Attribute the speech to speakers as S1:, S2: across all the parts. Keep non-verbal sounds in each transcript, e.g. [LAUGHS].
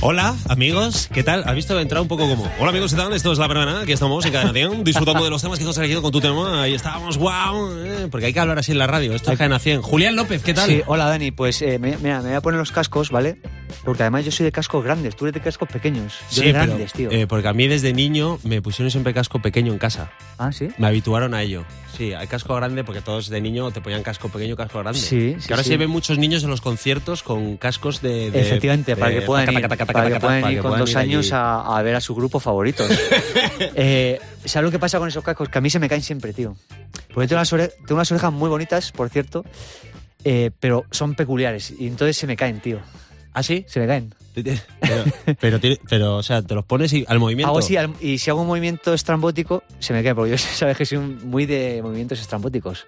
S1: Hola, amigos, ¿qué tal? ¿Has visto entrar un poco como? Hola, amigos, ¿qué tal? Esto es La Permanana, aquí estamos en Cadena 100, disfrutando de los temas que nos has elegido con tu tema. Ahí estábamos, wow, porque hay que hablar así en la radio. Esto es Cadena 100. Julián López, ¿qué tal?
S2: Sí, hola Dani, pues eh, me- mira, me voy a poner los cascos, ¿vale? Porque además yo soy de cascos grandes, tú eres de cascos pequeños. Yo de
S1: pero,
S2: grandes, tío.
S1: eh, porque a mí desde niño me pusieron siempre casco pequeño en casa.
S2: ah, sí.
S1: Me habituaron a ello. Sí, hay casco grande porque todos de niño te ponían casco pequeño, casco grande.
S2: Sí,
S1: Que
S2: sí,
S1: ahora
S2: sí.
S1: se ven muchos niños en los conciertos con cascos de. de-
S2: Efectivamente,
S1: de-
S2: para que puedan
S1: taca,
S2: ir,
S1: taca, taca,
S2: para que
S1: taca,
S2: puedan
S1: para
S2: ir
S1: que
S2: con
S1: puedan
S2: dos
S1: ir allí.
S2: años a, a ver a su grupo
S1: [LAUGHS]
S2: favorito. eh, ¿Sabes lo que pasa con esos cascos? Que a mí se me caen siempre, tío. Porque tengo unas, ore- tengo unas orejas muy bonitas, por cierto, eh, pero son peculiares y entonces se me caen, tío.
S1: ¿Ah, sí?
S2: Se me caen.
S1: Pero, pero, tiene- pero, o sea, te los pones y al movimiento.
S2: Hago así, al- y si hago un movimiento estrambótico, se me cae, porque yo [LAUGHS] sabes que soy un- muy de movimientos estrambóticos.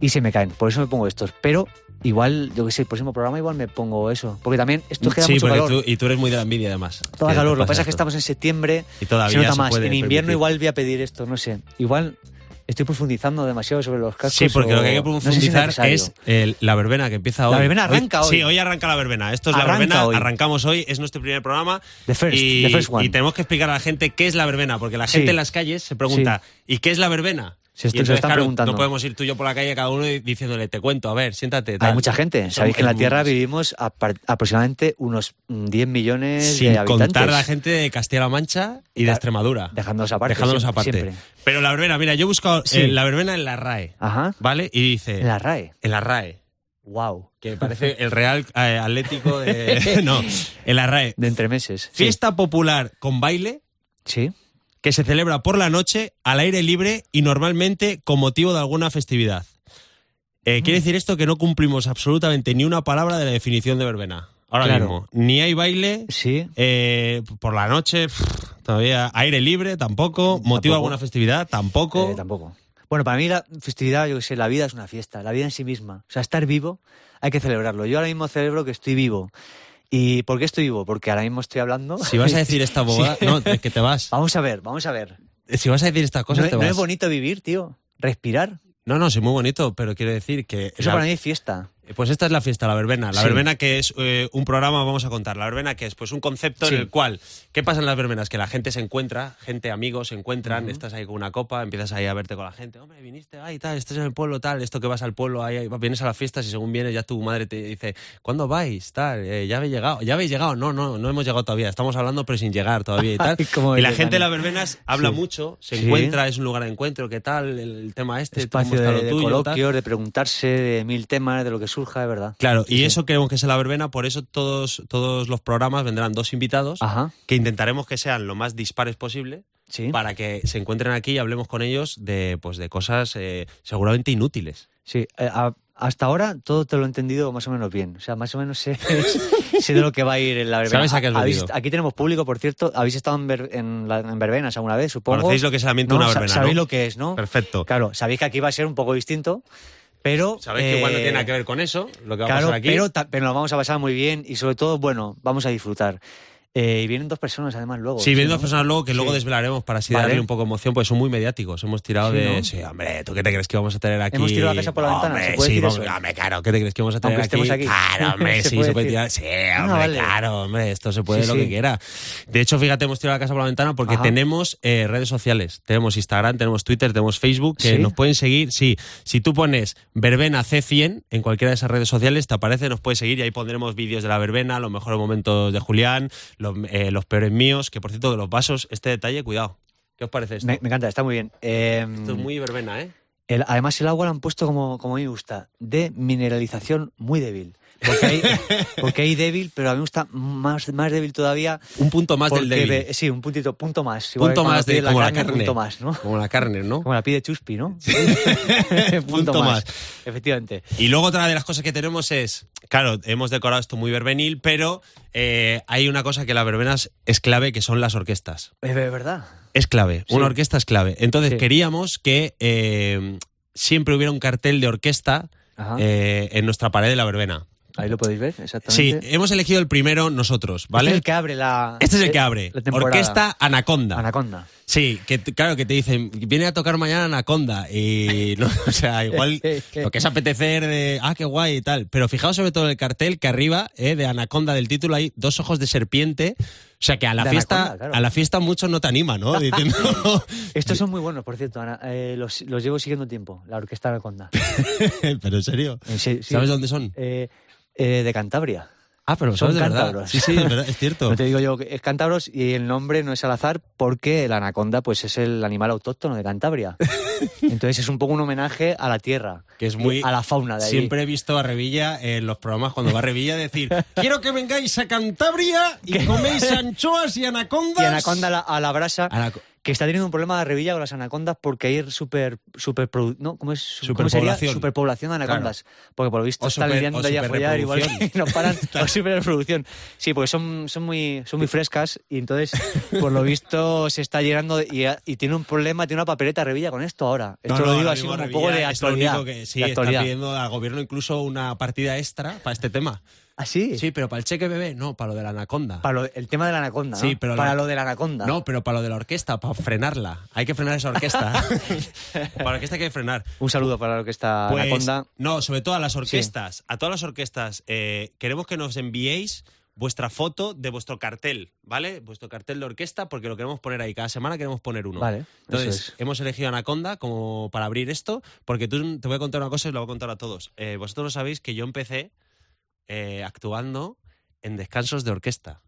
S2: Y se me caen, por eso me pongo estos. Pero igual, yo que sé, el próximo programa igual me pongo eso. Porque también esto queda
S1: sí,
S2: mucho
S1: porque
S2: calor.
S1: Tú, y tú eres muy de la envidia, además.
S2: Todo el
S1: te
S2: calor. Lo
S1: pasa
S2: que pasa es que
S1: esto.
S2: estamos en septiembre,
S1: Y todavía
S2: se nota
S1: se
S2: más.
S1: puede
S2: en invierno
S1: permitir.
S2: igual voy a pedir esto, no sé. Igual estoy profundizando demasiado sobre los cascos.
S1: Sí, porque
S2: o-
S1: lo que hay que
S2: no sé si
S1: profundizar
S2: necesario.
S1: es el- la verbena que empieza hoy.
S2: La verbena arranca hoy.
S1: Sí, hoy arranca la verbena. Esto es la
S2: Arranca
S1: verbena,
S2: hoy.
S1: arrancamos hoy, es nuestro primer programa.
S2: The first,
S1: y,
S2: the first one.
S1: y tenemos que explicar a la gente qué es la verbena, porque la
S2: Sí.
S1: gente en las calles se pregunta, ¿y qué es la verbena?
S2: Se esto-
S1: Y
S2: se lo están
S1: claro,
S2: preguntando.
S1: No podemos ir tú y yo por la calle cada uno y diciéndole, te cuento, a ver, siéntate.
S2: Hay
S1: tal".
S2: mucha gente.
S1: Son-
S2: Sabéis que en la
S1: es
S2: Tierra
S1: muchos.
S2: vivimos apar- aproximadamente unos mm, 10 millones
S1: Sin
S2: de habitantes.
S1: contar la gente de Castilla-La Mancha y de
S2: Claro,
S1: Extremadura.
S2: dejándonos aparte,
S1: Dejándonos
S2: siempre-
S1: aparte.
S2: siempre.
S1: Pero la verbena, mira, yo he buscado
S2: Sí.
S1: eh, la verbena en la RAE,
S2: Ajá.
S1: ¿vale? Y dice,
S2: En la RAE.
S1: en la RAE.
S2: Wow.
S1: que parece el Real eh, Atlético de... [LAUGHS] no, el Arrae.
S2: De entre meses.
S1: Fiesta popular con baile
S2: Sí.
S1: que se celebra por la noche, al aire libre y normalmente con motivo de alguna festividad. Eh,
S2: Mm.
S1: Quiere decir esto que no cumplimos absolutamente ni una palabra de la definición de verbena. Ahora
S2: Claro.
S1: mismo, ni hay baile
S2: Sí.
S1: eh, por la noche, pff, todavía aire libre tampoco, motivo
S2: Tampoco.
S1: de alguna festividad tampoco.
S2: Eh, tampoco. Bueno, para mí la festividad, yo qué sé, la vida es una fiesta, la vida en sí misma. O sea, estar vivo hay que celebrarlo. Yo ahora mismo celebro que estoy vivo. ¿Y por qué estoy vivo? Porque ahora mismo estoy hablando.
S1: Si vas a decir esta bobada, no, es que te [LAUGHS] vas.
S2: [LAUGHS] Vamos a ver, vamos a ver.
S1: Si vas a decir esta cosa,
S2: No, es-
S1: te
S2: no
S1: vas.
S2: es bonito vivir, tío. Respirar.
S1: No, no, sí, muy bonito, pero quiero decir que
S2: Eso
S1: la-
S2: para mí es fiesta.
S1: Pues esta es la fiesta, la verbena. La
S2: Sí.
S1: verbena que es eh, un programa, vamos a contar. La verbena que es pues un concepto
S2: Sí.
S1: en el cual, ¿qué pasa en las verbenas? Que la gente se encuentra, gente, amigos se encuentran, estás ahí con una copa, empiezas ahí a verte con la gente, hombre, viniste, ay, tal, estás en el pueblo, tal, esto que vas al pueblo, ahí, ahí, vienes a las fiestas y según vienes ya tu madre te dice, ¿cuándo vais? Tal, eh, ya habéis llegado, ya habéis llegado, no, no, no hemos llegado todavía, estamos hablando pero sin llegar todavía
S2: [LAUGHS]
S1: y tal.
S2: Ay, cómo
S1: y la
S2: eres,
S1: gente de las
S2: Dani.
S1: verbenas habla
S2: Sí.
S1: mucho, se
S2: Sí.
S1: encuentra, es un lugar de encuentro, ¿qué tal? El, el tema este, ¿cómo
S2: Espacio
S1: está
S2: de,
S1: lo
S2: de
S1: tuyo, tal?
S2: coloquios, de preguntarse, de mil temas, de lo que surja, de verdad.
S1: Claro, y
S2: Sí.
S1: eso queremos que sea la verbena, por eso todos, todos los programas vendrán dos invitados
S2: Ajá.
S1: que intentaremos que sean lo más dispares posible
S2: Sí.
S1: para que se encuentren aquí y hablemos con ellos de, pues, de cosas eh, seguramente inútiles.
S2: Sí, eh, a- hasta ahora todo te lo he entendido más o menos bien. O sea, más o menos sé, [LAUGHS] sé de lo que va a ir en la verbena.
S1: Sabes a qué has
S2: Habéis-
S1: venido.
S2: Aquí tenemos público, por cierto. Habéis estado en, ver- en la- en verbenas alguna vez, supongo.
S1: Conocéis lo que es solamente
S2: ¿No?
S1: una
S2: Sa-
S1: verbena,
S2: Sabéis
S1: ¿no?
S2: lo que es, ¿no?
S1: Perfecto.
S2: Claro, sabéis que aquí va a ser un poco distinto, pero...
S1: Sabéis que igual no
S2: eh,
S1: tiene nada que ver con eso, lo que va a
S2: Claro,
S1: pasar aquí.
S2: pero, ta- pero nos vamos a pasar muy bien y sobre todo, bueno, vamos a disfrutar. Eh, y vienen dos personas además luego.
S1: Sí, viendo
S2: ¿no?
S1: dos personas luego que luego
S2: Sí.
S1: desvelaremos para así
S2: Vale.
S1: darle un poco de emoción, porque son muy mediáticos. Hemos tirado
S2: Sí,
S1: de.
S2: ¿no?
S1: Sí, hombre, ¿tú qué te crees que vamos a tener aquí?
S2: Hemos tirado la casa por la ventana,
S1: Hombre,
S2: ¿se puede
S1: sí,
S2: decir
S1: vamos-
S2: eso?
S1: hombre, claro, ¿qué te crees que vamos a tener
S2: Aunque estemos aquí.
S1: Claro, hombre,
S2: [LAUGHS] Se
S1: sí,
S2: puede
S1: se puede
S2: decir.
S1: tirar. Sí,
S2: Ah,
S1: hombre,
S2: vale.
S1: claro, hombre, esto se puede
S2: Sí,
S1: lo
S2: sí.
S1: que quiera. De hecho, fíjate, hemos tirado la casa por la ventana porque
S2: Ajá.
S1: tenemos eh, redes sociales. Tenemos Instagram, tenemos Twitter, tenemos Facebook, que
S2: ¿Sí?
S1: nos pueden seguir. Sí, si tú pones verbena C100 en cualquiera de esas redes sociales, te aparece, nos puedes seguir y ahí pondremos vídeos de la verbena, los mejores momentos de Julián, los, eh, los peores míos, que por cierto, de los vasos, este detalle, cuidado. ¿Qué os parece esto?
S2: Me, me encanta, está muy bien. Eh,
S1: Esto es muy verbena, ¿eh?
S2: El- además, el agua la han puesto como, como a mí me gusta, de mineralización muy débil.
S1: [LAUGHS]
S2: Porque hay, porque hay débil, pero a mí me gusta más, más débil todavía.
S1: Un punto más del
S2: porque
S1: débil.
S2: de- sí, un puntito, punto más. Igual que
S1: punto
S2: cuando
S1: más de
S2: pide
S1: como la carne.
S2: Punto más, ¿no?
S1: Como la carne, ¿no?
S2: Como la pide Chuspi, ¿no? [LAUGHS]
S1: [LAUGHS]
S2: punto,
S1: Punto más.
S2: más. Efectivamente.
S1: Y luego otra de las cosas que tenemos es, claro, hemos decorado esto muy verbenil, pero eh, hay una cosa que la verbena es- es clave, que son las orquestas.
S2: Es ver- verdad.
S1: Es clave,
S2: Sí.
S1: una orquesta es clave. Entonces
S2: Sí.
S1: queríamos que eh, siempre hubiera un cartel de orquesta
S2: Ajá.
S1: eh, en nuestra pared de la verbena.
S2: Ahí lo podéis ver,
S1: Sí,
S2: exactamente.
S1: hemos elegido el primero nosotros,
S2: Este
S1: ¿vale?
S2: es el que abre la. eh,
S1: Este es el que abre.
S2: la temporada.
S1: Orquesta Anaconda.
S2: Anaconda.
S1: Sí, que t- claro, que te dicen, viene a tocar mañana Anaconda. Y no, [LAUGHS] o sea,
S2: [LAUGHS]
S1: igual lo que es apetecer de, ah, qué guay y tal. Pero fijaos sobre todo en el cartel que arriba, eh, de Anaconda del título, hay dos ojos de serpiente. O sea que a la
S2: De
S1: fiesta,
S2: Anaconda, claro.
S1: a la fiesta mucho no te anima, ¿no? Diciendo,
S2: [LAUGHS]
S1: [LAUGHS]
S2: Estos son muy buenos, por cierto, Ana. Eh, los, los llevo siguiendo tiempo, la
S1: [LAUGHS]
S2: orquesta Anaconda.
S1: pero en serio.
S2: Eh, sí, sí.
S1: ¿Sabes dónde son?
S2: Eh, eh, de Cantabria.
S1: Ah, pero
S2: son
S1: sabes de verdad.
S2: cántabros.
S1: Sí, sí, es, verdad, es cierto.
S2: No te digo yo que es cántabros y el nombre no es al azar porque el anaconda pues es el animal autóctono de Cantabria. Entonces es un poco un homenaje a la tierra,
S1: [LAUGHS] Que es muy-
S2: a la fauna de ahí.
S1: Siempre he visto a Revilla en los programas cuando va a Revilla
S2: [LAUGHS]
S1: decir quiero que vengáis a Cantabria y coméis anchoas y anacondas.
S2: Y anaconda a la, a la brasa,
S1: Anaco-
S2: que está teniendo un problema de revilla con las anacondas porque hay super, super ¿no? ¿Cómo es? Su- ¿cómo sería?
S1: Superpoblación.
S2: Superpoblación de anacondas. Porque por lo visto
S1: O
S2: están
S1: super-
S2: lidiando
S1: o
S2: ya a follar igual [LAUGHS]
S1: superreproducción.
S2: que no
S1: [LAUGHS]
S2: paran. o superproducción. Sí, porque son, son, muy, son muy frescas y entonces por lo visto se está llenando de- y, y tiene un problema, tiene una papeleta revilla con esto ahora.
S1: No,
S2: Esto
S1: no,
S2: lo digo
S1: ahora
S2: así
S1: mismo
S2: como
S1: Revilla
S2: un poco de
S1: es lo
S2: actualidad.
S1: único que- sí,
S2: de
S1: está
S2: actualidad.
S1: pidiendo al gobierno incluso una partida extra para este tema.
S2: ¿Ah, sí?
S1: Sí, pero para el cheque bebé, no, para lo de la anaconda.
S2: Para lo- el tema de la anaconda,
S1: Sí,
S2: ¿no?
S1: pero
S2: Para
S1: la-
S2: lo de la anaconda.
S1: No, pero para lo de la orquesta, para frenarla. Hay que frenar esa orquesta.
S2: [LAUGHS]
S1: para la orquesta hay que frenar.
S2: Un saludo para lo que está
S1: Pues,
S2: anaconda.
S1: No, sobre todo a las orquestas. A todas las orquestas, eh, queremos que nos enviéis vuestra foto de vuestro cartel, ¿vale? Vuestro cartel de orquesta, porque lo queremos poner ahí. Cada semana queremos poner uno.
S2: Vale, eso
S1: Entonces,
S2: es.
S1: hemos elegido Anaconda como para abrir esto, porque tú te voy a contar una cosa y lo voy a contar a todos. Eh, vosotros lo sabéis que yo empecé eh, actuando en descansos de orquesta.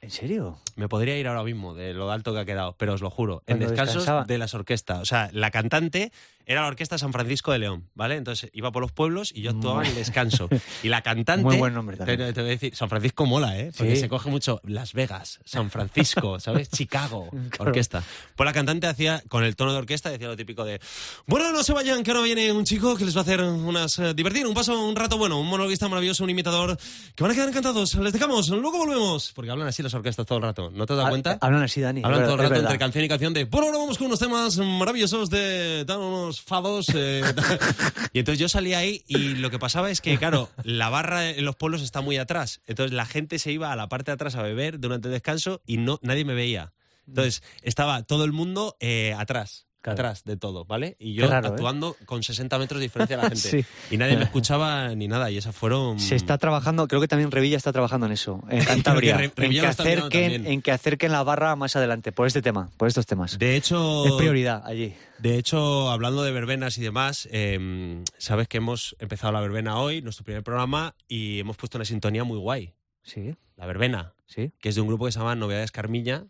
S2: ¿En serio?
S1: Me podría ir ahora mismo de lo alto que ha quedado, pero os lo juro. En
S2: Cuando
S1: descansos
S2: descansaba.
S1: de las orquestas. O sea, la cantante era la orquesta San Francisco de León, ¿vale? Entonces iba por los pueblos y yo actuaba en
S2: [LAUGHS]
S1: descanso. Y la cantante.
S2: Muy buen nombre
S1: Te,
S2: también.
S1: te voy a decir, San Francisco mola, ¿eh? Porque
S2: Sí.
S1: se coge mucho Las Vegas, San
S2: [LAUGHS]
S1: Francisco, ¿sabes? Chicago,
S2: Claro.
S1: orquesta. Pues la cantante hacía, con el tono de orquesta, decía lo típico de: Bueno, no se vayan, que ahora viene un chico que les va a hacer unas. eh, divertir, un paso, un rato bueno, un monologuista maravilloso, un imitador, que van a quedar encantados. Les dejamos, luego volvemos. Porque hablan así las orquestas todo el rato. ¿No te das
S2: Ha-
S1: cuenta?
S2: Ah, Hablan así, Dani.
S1: Hablan
S2: es
S1: todo el
S2: verdad,
S1: rato
S2: es
S1: entre
S2: verdad.
S1: canción y canción de, bueno, ahora vamos con unos temas maravillosos de dan unos fados. eh, [LAUGHS] y entonces yo salí ahí y lo que pasaba es que, claro, la barra en los pueblos está muy atrás. Entonces la gente se iba a la parte de atrás a beber durante el descanso y no, nadie me veía. Entonces estaba todo el mundo eh, atrás.
S2: Claro.
S1: Atrás de todo, ¿vale? Y yo
S2: raro, ¿eh?
S1: actuando con 60 metros de diferencia a
S2: [LAUGHS]
S1: la gente.
S2: Sí.
S1: Y nadie me escuchaba ni nada. Y esas fueron.
S2: Se está trabajando, creo que también Revilla está trabajando en eso,
S1: [LAUGHS]
S2: en Cantabria,
S1: Re- Revilla
S2: en,
S1: lo
S2: que
S1: está mirando
S2: acerquen,
S1: también.
S2: en que acerquen la barra más adelante, por este tema, por estos temas.
S1: De hecho.
S2: es prioridad allí.
S1: De hecho, hablando de verbenas y demás, eh, sabes que hemos empezado la verbena hoy, nuestro primer programa, y hemos puesto una sintonía muy guay,
S2: Sí,
S1: la verbena,
S2: sí.
S1: que es de un grupo que se llama Novedades Carmiña,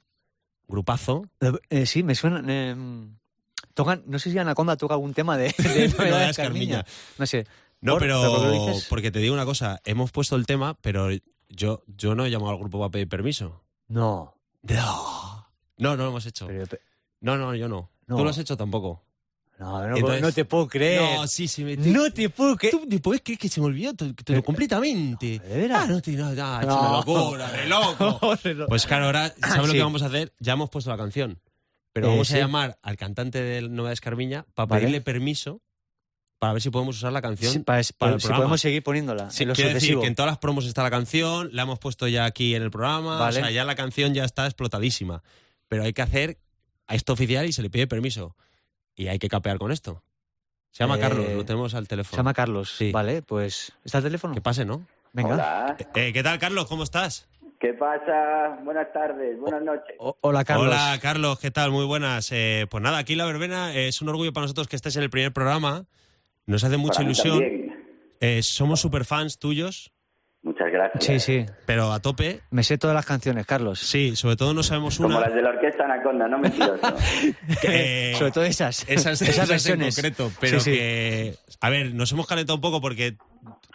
S1: grupazo.
S2: Eh, sí, me suena. eh, tocan, no sé si Anaconda toca algún tema
S1: [LAUGHS]
S2: de, de
S1: No,
S2: Novedades
S1: es Carmiña.
S2: Carmiña. No sé.
S1: No,
S2: ¿Por- por qué lo
S1: pero
S2: dices?
S1: porque te digo una cosa, hemos puesto el tema, pero yo, yo no he llamado al grupo para pedir permiso.
S2: No.
S1: No, no, no lo hemos hecho.
S2: pero- pero-
S1: No, no, yo no.
S2: No.
S1: Tú lo has hecho tampoco.
S2: no, no,
S1: Entonces-
S2: no te puedo creer.
S1: No, sí, sí. Me,
S2: No te puedo creer.
S1: Tú te podés creer que se me olvidó to- to- completamente.
S2: ¿de veras? [LAUGHS]
S1: Ah, no, te- no, no, es
S2: No.
S1: una locura, de
S2: [LAUGHS]
S1: loco. Pues claro, ahora,
S2: [COUGHS]
S1: ¿sabes lo
S2: Sí.
S1: que vamos a hacer? Ya hemos puesto la canción. Pero
S2: Eh,
S1: vamos a
S2: sí.
S1: llamar al cantante de Novedades Carmiña para
S2: Vale.
S1: pedirle permiso para ver si podemos usar la canción.
S2: Sí, para-
S1: Pues, para el
S2: si
S1: programa.
S2: podemos seguir poniéndola
S1: Sí,
S2: en lo
S1: quiero decir
S2: sucesivo.
S1: que en todas las promos está la canción, la hemos puesto ya aquí en el programa,
S2: Vale.
S1: o sea, ya la canción ya está explotadísima. Pero hay que hacer a esto oficial y se le pide permiso. Y hay que capear con esto. Se llama
S2: Eh,
S1: Carlos, lo tenemos al teléfono.
S2: Se llama Carlos.
S1: Sí.
S2: Vale, pues. ¿Está el teléfono?
S1: Que pase, ¿no?
S2: Venga.
S3: Hola,
S1: Eh, ¿Qué tal, Carlos? ¿Cómo estás?
S3: ¿qué pasa? Buenas tardes, buenas noches.
S2: O- hola, Carlos.
S1: Hola, Carlos, ¿qué tal? Muy buenas. Eh, pues nada, aquí La Verbena eh, es un orgullo para nosotros que estés en el primer programa. Nos hace mucha
S3: Para mí
S1: ilusión.
S3: también.
S1: Eh, somos super fans tuyos,
S3: Muchas gracias.
S2: Sí, sí.
S1: pero a tope.
S2: Me sé todas las canciones, Carlos.
S1: Sí, sobre todo no sabemos
S3: Como
S1: una.
S3: las de la orquesta Anaconda, no mentiroso.
S1: que-
S2: [LAUGHS]
S3: [LAUGHS]
S2: Sobre todo esas.
S1: eh,
S2: [LAUGHS]
S1: esas, esas
S2: versiones.
S1: en concreto, pero
S2: Sí, sí.
S1: que. A ver, nos hemos calentado un poco porque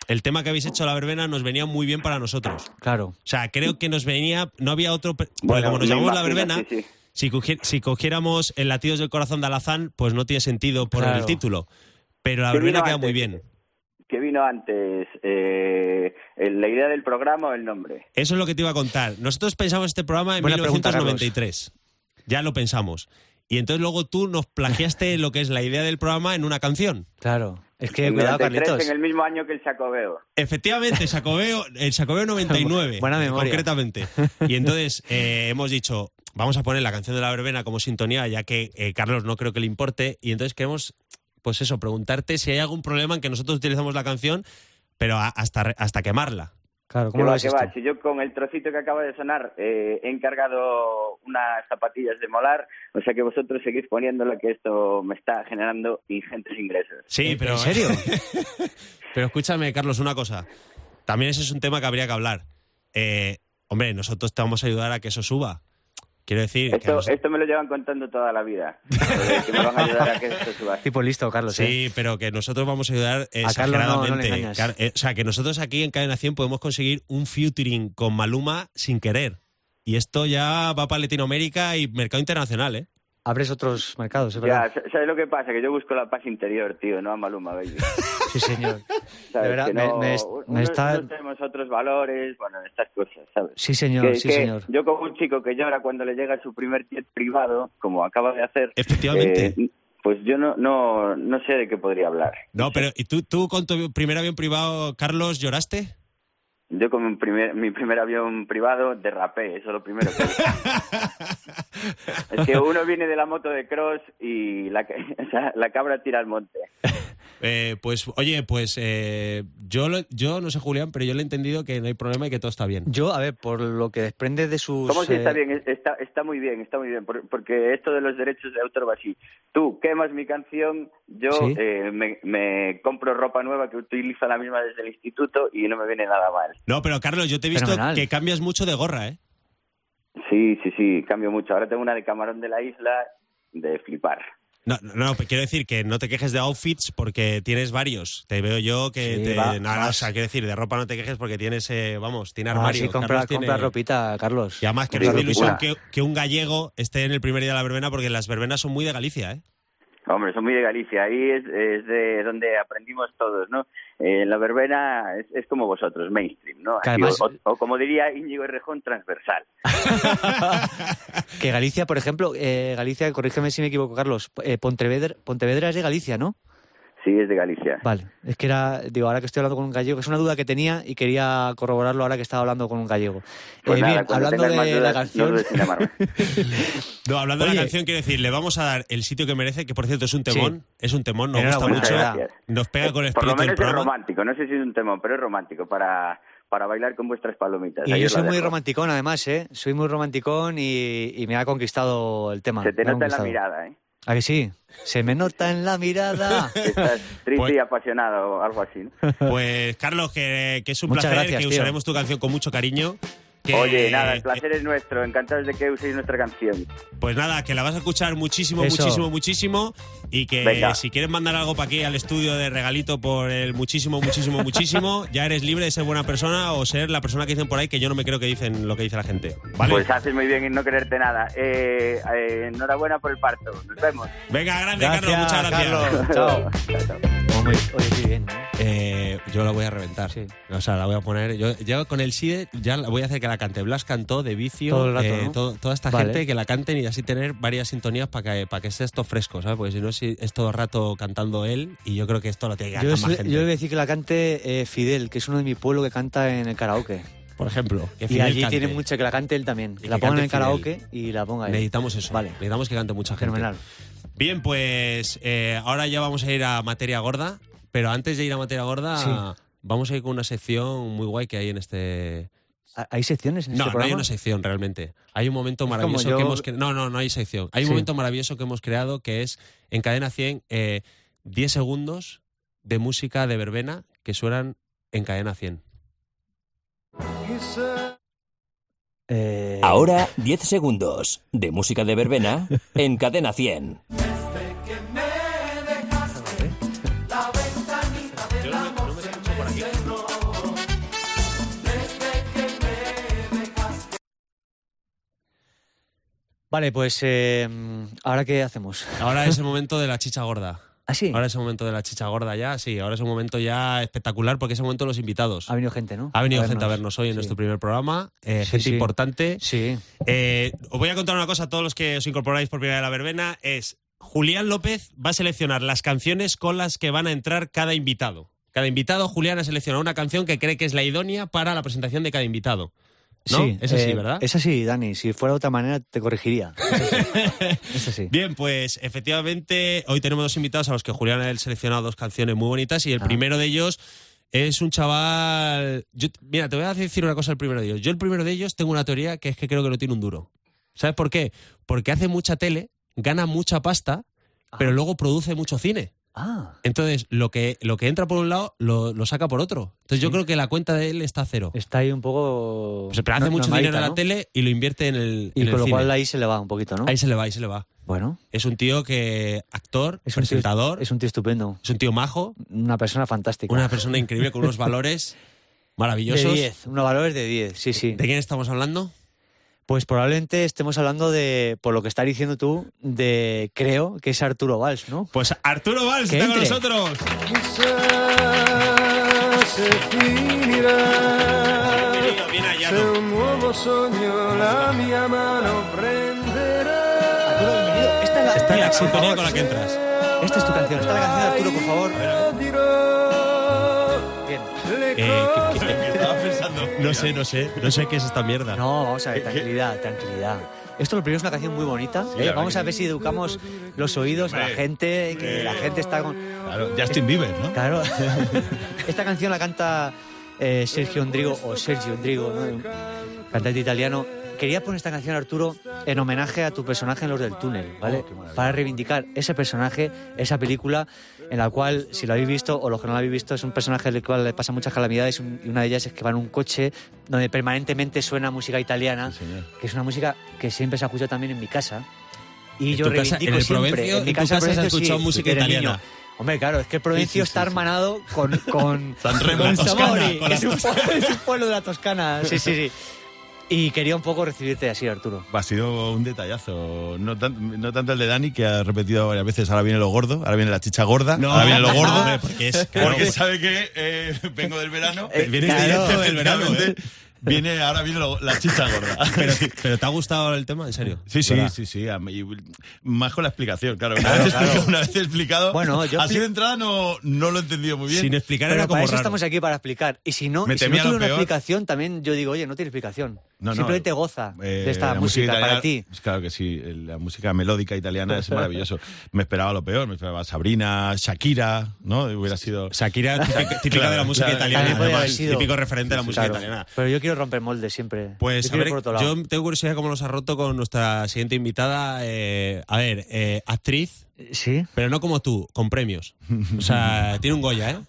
S1: el tema que habéis hecho La Verbena nos venía muy bien para nosotros.
S2: Claro.
S1: O sea, creo que nos venía. No había otro. pe- Porque
S3: Bueno,
S1: como nos
S3: me
S1: llamamos la
S3: imagino,
S1: verbena,
S3: sí, sí.
S1: Si, cogi- si cogiéramos el Latidos del Corazón de Alazán, pues no tiene sentido por el
S2: Claro.
S1: título. Pero la
S3: Sí,
S1: verbena
S3: vino
S1: queda
S3: antes.
S1: muy bien.
S3: ¿Qué vino antes? Eh, el- ¿La idea del programa o el nombre?
S1: Eso es lo que te iba a contar. Nosotros pensamos este programa en
S2: Buena pregunta,
S1: 1993. ya lo pensamos. Y entonces luego tú nos plagiaste lo que es la idea del programa en una canción.
S2: Claro. Es que Eh, cuidado,
S3: 93
S2: Carlitos.
S3: en el mismo año que el Sacobeo.
S1: Efectivamente, Sacobeo, el [LAUGHS] Sacobeo 99,
S2: Buena
S1: [LAUGHS]
S2: memoria.
S1: concretamente. Y entonces eh, hemos dicho, vamos a poner la canción de la verbena como sintonía, ya que eh, Carlos no creo que le importe. Y entonces queremos, pues eso, preguntarte si hay algún problema en que nosotros utilizamos la canción, pero a- hasta, re- hasta quemarla.
S2: Claro,
S3: ¿Qué
S2: ¿cómo lo
S3: va,
S2: ves
S3: qué va?
S2: esto?
S3: Si yo con el trocito que acaba de sonar eh, he encargado unas zapatillas de molar, o sea que vosotros seguís poniéndola que esto me está generando ingentes ingresos.
S1: Sí, Eh, pero.
S2: ¿En serio?
S1: [LAUGHS] pero escúchame, Carlos, una cosa. También ese es un tema que habría que hablar. Eh, hombre, nosotros te vamos a ayudar a que eso suba. Quiero decir. que a
S3: Esto,
S1: nos-
S3: esto me lo llevan contando toda la vida. Joder, que me van a ayudar a que esto
S2: [LAUGHS]
S3: suba.
S2: Tipo listo, Carlos. ¿eh?
S1: Sí, pero que nosotros vamos a ayudar
S2: Carlos no- no le
S1: exageradamente.
S2: engañas.
S1: Car- eh, o sea, que nosotros aquí en Cadena 100 podemos conseguir un featuring con Maluma sin querer. Y esto ya va para Latinoamérica y mercado internacional, ¿eh?
S2: Abres otros mercados, es
S3: Ya,
S2: verdad.
S3: sa- ¿sabes lo que pasa? Que yo busco la paz interior, tío, no a Maluma, baby.
S2: Sí, señor.
S3: ¿Sabes?
S2: verdad,
S3: que
S2: me-
S3: no,
S2: me es- me
S3: unos-
S2: está-
S3: unos tenemos otros valores, bueno, estas cosas, ¿sabes?
S2: Sí,
S3: Que-
S2: señor, sí,
S3: que
S2: señor.
S3: Yo como un chico que llora cuando le llega su primer jet privado, como acaba de hacer,
S1: Efectivamente.
S3: eh, pues yo no, no, no sé de qué podría hablar.
S1: no, pero ¿y tú, tú con tu primer avión privado, Carlos, lloraste?
S3: Yo con mi primer, mi primer avión privado derrapé, eso es lo primero
S2: [LAUGHS]
S3: que hice. Es que uno viene de la moto de cross y la, ca- [LAUGHS] o sea, la cabra tira al monte.
S1: Eh, pues, oye, pues eh, yo, lo- yo no sé, Julián, pero yo le he entendido que no hay problema y que todo está bien.
S2: Yo, a ver, por lo que desprende de sus...
S3: ¿Cómo si está
S2: eh,
S3: bien? Está, está muy bien, está muy bien, por- porque esto de los derechos de autor va así. Tú quemas mi canción, yo
S2: Sí.
S3: eh, me, me compro ropa nueva que utilizo la misma desde el instituto y no me viene nada mal.
S1: No, pero Carlos, yo te he visto
S2: Fenomenal.
S1: que cambias mucho de gorra, ¿eh?
S3: Sí, sí, sí, cambio mucho. Ahora tengo una de camarón de la isla de flipar.
S1: No, no, no, pero quiero decir que no te quejes de outfits porque tienes varios. Te veo yo que
S2: Sí,
S1: te-
S2: va-
S1: nada,
S2: vas.
S1: o sea, quiero decir, de ropa no te quejes porque tienes, eh, vamos, tiene
S2: ah,
S1: armario.
S2: sí, compra,
S1: Carlos tiene-
S2: compra ropita, Carlos.
S1: Y además que nos
S2: Compra
S1: hace
S3: Digo,
S1: ilusión
S3: una.
S1: que, que un gallego esté en el primer día de la verbena porque las verbenas son muy de Galicia, ¿eh?
S3: Hombre, son muy de Galicia, ahí es, es de donde aprendimos todos, ¿no? Eh, la verbena es, es como vosotros, mainstream, ¿no?
S2: Que
S3: Aquí,
S2: además-
S3: o, o como diría Íñigo Errejón, transversal.
S2: Que Galicia, por ejemplo, eh, Galicia, corrígeme si me equivoco, Carlos, eh, Pontevedra, Pontevedra es de Galicia, ¿no?
S3: Sí, es de Galicia.
S2: Vale, es que era, digo, ahora que estoy hablando con un gallego, es una duda que tenía y quería corroborarlo ahora que estaba hablando con un gallego.
S3: Pues
S2: Eh,
S3: nada,
S2: bien,
S3: cuando
S2: hablando
S3: tengas más
S2: de la
S3: dudas, no
S2: canción,
S3: dudes en llamarme.
S1: No, hablando de
S2: Oye.
S1: la canción, quiero decir, le vamos a dar el sitio que merece, que por cierto es un temón, es un temón, nos gusta
S2: Enhorabuena,
S1: mucho,
S3: gracias.
S1: nos
S2: Eh,
S1: pega con el
S3: Por lo
S1: espíritu del
S3: menos es
S1: programa.
S3: romántico, no sé si es un tema, pero es romántico para, para bailar con vuestras
S2: [LAUGHS]
S3: palomitas.
S2: y
S3: Ahí
S2: yo
S3: os la
S2: soy muy
S3: dejo.
S2: romanticón además, ¿eh? Soy muy romanticón y, y me ha conquistado el tema.
S3: Se te
S2: me ha
S3: nota en la
S2: conquistado.
S3: mirada, ¿eh?
S2: ¿A que sí? Se me nota en la
S3: [LAUGHS]
S2: mirada.
S3: Que
S2: [LAUGHS]
S3: Estás triste
S1: Pues-
S3: y apasionado o algo así, ¿no?
S1: Pues, Carlos, que, que es un
S2: Muchas
S1: placer,
S2: gracias,
S1: que
S2: tío.
S1: usaremos tu canción con mucho cariño. que-
S3: Oye, nada, el
S1: que-
S3: placer es nuestro. Encantados de que uséis nuestra canción.
S1: Pues nada, que la vas a escuchar muchísimo,
S2: Eso.
S1: muchísimo, muchísimo. Y que
S3: Venga.
S1: si quieres mandar algo para aquí al estudio de regalito por el muchísimo, muchísimo,
S2: [LAUGHS]
S1: muchísimo, ya eres libre de ser buena persona o ser la persona que dicen por ahí que yo no me creo que dicen lo que dice la gente. ¿Vale?
S3: Pues haces muy bien en no quererte nada. Eh, eh, enhorabuena por el parto. Nos vemos.
S1: Venga, grande, Carlos, muchas
S2: Gracias,
S1: gracias.
S2: Carlos. Chao.
S3: [LAUGHS] Chao, chao.
S2: Oh, muy- Oye, qué bien, ¿eh?
S1: Eh, yo la voy a reventar.
S2: Sí.
S1: O sea, la voy a poner. Yo, yo con el SIDE ya la voy a hacer que la cante. Blas cantó de vicio.
S2: Todo el rato,
S1: eh,
S2: ¿no?
S1: todo- toda esta
S2: Vale.
S1: gente que la canten y así tener varias sintonías para que, para que sea esto fresco, ¿sabes? Porque si no, si es todo el rato cantando él y yo creo que esto lo tiene que
S2: Yo,
S1: cantar
S2: es-
S1: más
S2: yo
S1: gente.
S2: iba a decir que la cante eh, Fidel, que es uno de mi pueblo que canta en el karaoke.
S1: Por ejemplo, que
S2: y
S1: Fidel
S2: allí
S1: cante.
S2: tiene mucha que la cante él también. Que
S1: que
S2: la ponga en el
S1: cante Fidel.
S2: karaoke y la ponga él.
S1: Necesitamos eso.
S2: Vale.
S1: Necesitamos que cante mucha gente.
S2: Fenomenal.
S1: Bien, pues eh, ahora ya vamos a ir a materia gorda, pero antes de ir a materia gorda,
S2: Sí.
S1: vamos a ir con una sección muy guay que hay en este.
S2: ¿Ah, ¿Hay secciones en
S1: No,
S2: este
S1: no hay
S2: programa?
S1: una sección realmente. Hay un momento
S2: como
S1: maravilloso
S2: yo-
S1: que hemos cre- No, no, no hay sección. Hay un
S2: Sí.
S1: momento maravilloso que hemos creado que es en cadena 100 eh, 10 segundos de música de verbena que suenan en cadena 100.
S2: Eh,
S4: Ahora 10 segundos de música de verbena en Cadena 100.
S2: Vale, pues eh, ahora qué hacemos.
S1: Ahora es el momento de la chicha gorda.
S2: Ah, sí.
S1: Ahora es el momento de la chicha gorda ya, sí. Ahora es un momento ya espectacular porque es el momento de los invitados.
S2: Ha venido gente, ¿no?
S1: Ha venido gente a vernos hoy en
S2: Sí.
S1: nuestro primer programa, eh,
S2: Sí,
S1: gente
S2: sí.
S1: importante.
S2: Sí.
S1: Eh, os voy a contar una cosa a todos los que os incorporáis por primera vez a la verbena, es Julián López va a seleccionar las canciones con las que van a entrar cada invitado. Cada invitado, Julián ha seleccionado una canción que cree que es la idónea para la presentación de cada invitado. ¿No?
S2: Sí,
S1: es así,
S2: eh,
S1: ¿verdad?
S2: Es así, Dani. Si fuera de otra manera, te
S1: [LAUGHS]
S2: corregiría. Es así.
S1: Bien, pues efectivamente hoy tenemos dos invitados a los que Julián ha seleccionado dos canciones muy bonitas y el
S2: Ah.
S1: primero de ellos es un chaval... yo- mira, te voy a decir una cosa el primero de ellos. Yo el primero de ellos tengo una teoría que es que creo que no tiene un duro. ¿Sabes por qué? Porque hace mucha tele, gana mucha pasta, pero luego produce mucho cine.
S2: Ah,
S1: Entonces, lo que, lo que entra por un lado, lo, lo saca por otro. Entonces, yo creo que la cuenta de él está a cero.
S2: está ahí un poco.
S1: Pues, pero hace
S2: no-
S1: mucho
S2: normalita,
S1: dinero en la
S2: ¿no?
S1: tele y lo invierte en el,
S2: Y
S1: en el
S2: con lo
S1: cine.
S2: cual ahí se le va un poquito, ¿no?
S1: Ahí se le va, ahí se le va.
S2: Bueno,
S1: Es un tío que actor,
S2: es un, tío,
S1: presentador,
S2: es un tío estupendo.
S1: es un tío majo,
S2: Una persona fantástica.
S1: una persona increíble con unos valores
S2: de
S1: maravillosos.
S2: 10, unos valores de 10, sí, sí.
S1: ¿De quién estamos hablando?
S2: Pues probablemente estemos hablando de, por lo que estás diciendo tú, de creo que es Arturo Valls, ¿no?
S1: Pues Arturo Valls
S2: Que
S1: está con
S2: entre.
S1: nosotros.
S5: Quizás se tira
S1: Bienvenido, bien
S5: de
S1: hallado.
S5: un nuevo sueño la mía mano
S2: Arturo,
S5: prenderá
S2: bienvenido. Esta es la,
S1: Mira,
S2: por
S1: sintonía
S2: favor.
S1: con la que entras.
S2: Esta es tu canción. Esta es la canción de Arturo, por favor. Bien.
S5: Le
S1: Eh, ¿qué- qué-
S5: coseré
S1: qué estaba pensando? No sé, no sé, no sé qué es esta mierda.
S2: Ah, No, vamos
S1: Eh,
S2: a ver, tranquilidad, tranquilidad. Esto lo primero es una canción muy bonita. ¿eh?
S6: verdad
S2: Vamos
S6: que
S2: a ver si educamos los oídos a la
S6: Hombre.
S2: gente, que
S1: Eh.
S2: la gente está con...
S6: Claro, Justin Bieber, ¿no?
S2: Claro. [LAUGHS] Esta canción la canta eh, Sergio Ondrigo, o Sergio Ondrigo, ¿no? Un cantante italiano. Quería poner esta canción, Arturo, en homenaje a tu personaje en Los del Túnel,
S1: Oh,
S2: ¿vale? Para reivindicar ese personaje, esa película, en la cual, si lo habéis visto o los que no lo habéis visto, es un personaje al cual le pasan muchas calamidades un- y una de ellas es que va en un coche donde permanentemente suena música italiana,
S6: señor.
S2: que es una música que siempre se ha escuchado también en mi casa. Y
S1: En
S2: yo
S1: tu casa-
S2: reivindico
S1: en el
S2: siempre.
S1: Provencio- en tu casa se ha
S2: Provencio,
S1: escuchado música
S2: desde
S1: italiana.
S2: niño. Hombre, claro, es que el Provencio está hermanado
S1: [LAUGHS]
S2: con, con,
S6: Sanremo,
S2: con
S6: la Toscana,
S2: Samori,
S6: con
S2: que
S6: la
S2: es, un pueblo, es un pueblo de la Toscana. Sí, sí, sí. Y quería un poco recibirte así, Arturo.
S6: Ha sido un detallazo. No, tan- no tanto el de Dani, que ha repetido varias veces. Ahora viene lo gordo, ahora viene la chicha gorda, ahora viene lo gordo.
S1: hombre, porque es claro,
S6: [LAUGHS] Porque sabe que eh, vengo del verano.
S2: Eh,
S6: vienes
S2: claro,
S6: directo del verano.
S1: efectivamente.
S6: ¿eh? Viene, ahora viene lo- la chicha gorda.
S1: [LAUGHS] Pero, pero te ha gustado el tema, en serio.
S6: Sí, sí,
S1: ¿Verdad?
S6: sí, sí. a mí- Más con la explicación, claro. Una, vez, explicado, una vez explicado.
S2: Bueno, yo
S6: así
S2: expli-
S6: de entrada no, no lo he entendido muy bien.
S1: Sin explicar
S2: Pero
S1: era
S2: para
S1: como
S2: eso
S1: raro.
S2: estamos aquí, para explicar. Y si no,
S6: Me
S2: y si no
S6: temía lo
S2: tuviera una
S6: peor.
S2: explicación, también yo digo, oye, no tiene explicación.
S6: No, no.
S2: Simplemente goza
S6: Eh,
S2: de esta
S6: la
S2: música, para
S6: italiana-
S2: ti.
S6: pues Claro que sí, eh, la música melódica italiana es maravilloso. me esperaba lo peor, me esperaba Sabrina, Shakira, ¿no? Hubiera sido...
S1: Shakira, típica, típica
S6: Claro,
S1: de la música
S6: claro.
S1: italiana,
S2: También podría
S1: además,
S2: haber sido.
S1: típico referente de la
S2: Sí,
S1: música
S2: claro.
S1: italiana.
S2: Pero yo quiero romper moldes siempre.
S1: Pues
S2: yo
S1: a
S2: quiero
S1: ver,
S2: por otro lado.
S1: yo tengo curiosidad cómo los ha roto con nuestra siguiente invitada. eh, a ver, eh, actriz, [LAUGHS]
S2: Sí.
S1: pero no como tú, con premios. O
S2: [LAUGHS]
S1: sea, tiene un Goya, ¿eh?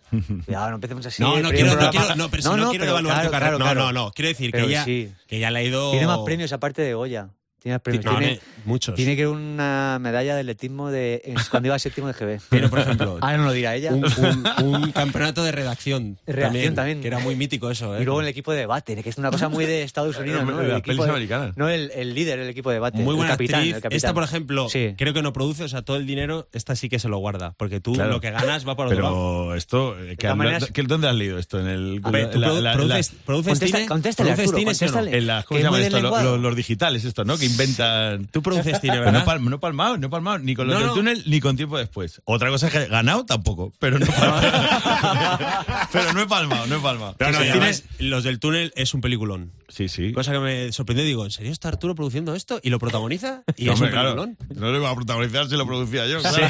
S2: Cuidado, no empecemos así. eh,
S1: no,
S2: el
S1: no
S2: primer
S1: quiero, no
S2: programa.
S1: quiero, no, pero si no, quiero
S2: pero
S1: evaluar tu
S2: claro,
S1: carrera.
S2: claro, claro.
S1: No, no, no. Quiero decir que
S2: Pero
S1: ella,
S2: sí.
S1: que ella le ha ido.
S2: Tiene más premios aparte de Goya. Tiene más premios.
S1: No,
S2: tiene,
S1: ne- muchos.
S2: tiene que una medalla de atletismo de
S1: [LAUGHS]
S2: en- cuando iba séptimo de GB.
S1: Tiene, por ejemplo,
S2: [LAUGHS] Ah, no lo dirá ella.
S1: un, un-
S2: [LAUGHS]
S1: un campeonato de redacción.
S2: Redacción también.
S1: Que era muy mítico eso, ¿eh?
S2: y luego en el equipo de debate, que es una cosa muy
S1: [LAUGHS]
S2: de Estados Unidos, ¿no?
S6: De
S2: El
S6: las
S2: equipo
S6: pelis
S2: de-
S6: americanas.
S2: No, el, el líder del equipo de debate.
S1: Muy
S2: el
S1: buena
S2: capitán,
S1: actriz.
S2: el capitán.
S1: Esta, por ejemplo,
S2: Sí.
S1: creo que no produce, o sea, todo el dinero, esta sí que se lo guarda. Porque tú
S6: Claro.
S1: lo que ganas va para otro lado.
S6: Pero esto, eh, que
S2: todas
S6: han-
S2: maneras-
S6: que- ¿dónde has leído esto? En el...
S1: A ver, tú
S6: la-
S1: produ-
S6: la-
S1: produces,
S6: la-
S1: produces
S2: Contesta-
S1: cine,
S2: contéstale,
S1: produces
S2: Arturo,
S1: cine, ¿sí o no?
S2: contéstale.
S6: en las-
S2: que
S6: ¿Cómo
S2: es
S6: se llama
S2: muy
S6: esto? Lo-
S2: deslenguado.
S6: lo- los digitales, esto, ¿no? Que inventan...
S1: Eh, Tú produces cine,
S6: Pero
S1: ¿verdad?
S6: no, pal- no palmado, no palmado, ni con los
S1: Ah, No,
S6: del
S1: no.
S6: túnel ni con tiempo después. Otra cosa es que he ganado tampoco, pero no palmado. [LAUGHS] pero no he palmado, no he palmado.
S1: Pero no,
S6: Sí,
S1: y
S6: sí,
S1: además, Los del túnel es un peliculón.
S6: Sí, sí.
S1: Cosa que me sorprendió, digo, ¿en serio está Arturo produciendo esto? ¿Y lo protagoniza? Y es
S6: Hombre,
S1: un [LAUGHS]
S6: claro,
S1: peliculón.
S6: no lo iba a protagonizar si lo producía yo. claro.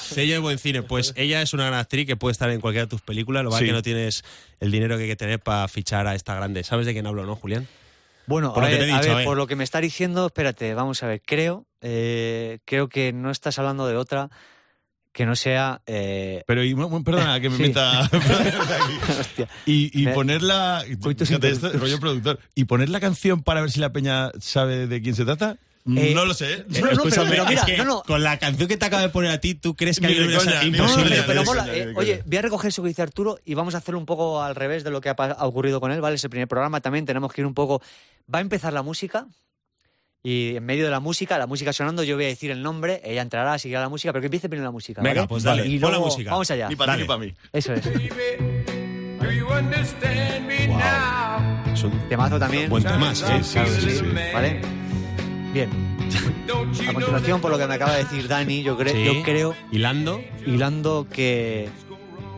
S1: Se lleva buen cine. Pues ella es una gran actriz que puede estar en cualquiera de tus películas. Lo que pasa
S6: Sí.
S1: es que no tienes el dinero que hay que tener para fichar a esta grande. ¿Sabes de quién hablo, no, Julián?
S2: Bueno,
S1: Por
S2: a,
S1: lo que
S2: ver,
S1: te he
S2: a
S1: dicho,
S2: ver,
S1: a ver.
S2: por lo que me está diciendo, espérate, vamos a ver. Creo, eh, creo que no estás hablando de otra que no sea. eh,
S6: Pero, y, bueno, perdona, que me
S2: Sí.
S6: meta.
S2: hostia.
S6: y, y
S2: Me-
S6: ponerla.
S2: Coitus
S6: Fíjate, esto,
S2: interruptus.
S6: rollo productor. Y poner la canción para ver si la peña sabe de quién se trata.
S2: Eh,
S6: no lo sé.
S2: no, no, pero- pero mira, no, no.
S1: con la canción que te acaba de poner a ti, ¿tú crees que
S6: Ni
S1: hay
S6: de
S1: una-
S6: coña, ni de
S1: imposible?
S6: coña,
S2: Pero, pero
S6: ni de
S2: mola,
S6: coña,
S2: eh,
S6: ni de coña.
S2: oye, voy a recoger eso que dice Arturo y vamos a hacerlo un poco al revés de lo que ha, pa- ha ocurrido con él, ¿vale? Ese primer programa también tenemos que ir un poco... Va a empezar la música y en medio de la música, la música sonando, yo voy a decir el nombre, ella entrará, seguirá la música, pero que empiece primero la música.
S1: Venga,
S2: ¿vale?
S1: pues dale,
S2: Y
S1: pon la
S2: luego-
S1: música.
S2: Vamos allá.
S6: Ni para
S1: Dale.
S6: ti ni para mí.
S2: Eso es.
S1: Es un
S2: Temazo también.
S1: buen tema, sí.
S6: Sí, sí, sí. sí.
S2: ¿Vale? Bien. A continuación, por lo que me acaba de decir Dani, yo, cre-
S1: Sí.
S2: yo creo,
S1: Hilando.
S2: hilando, que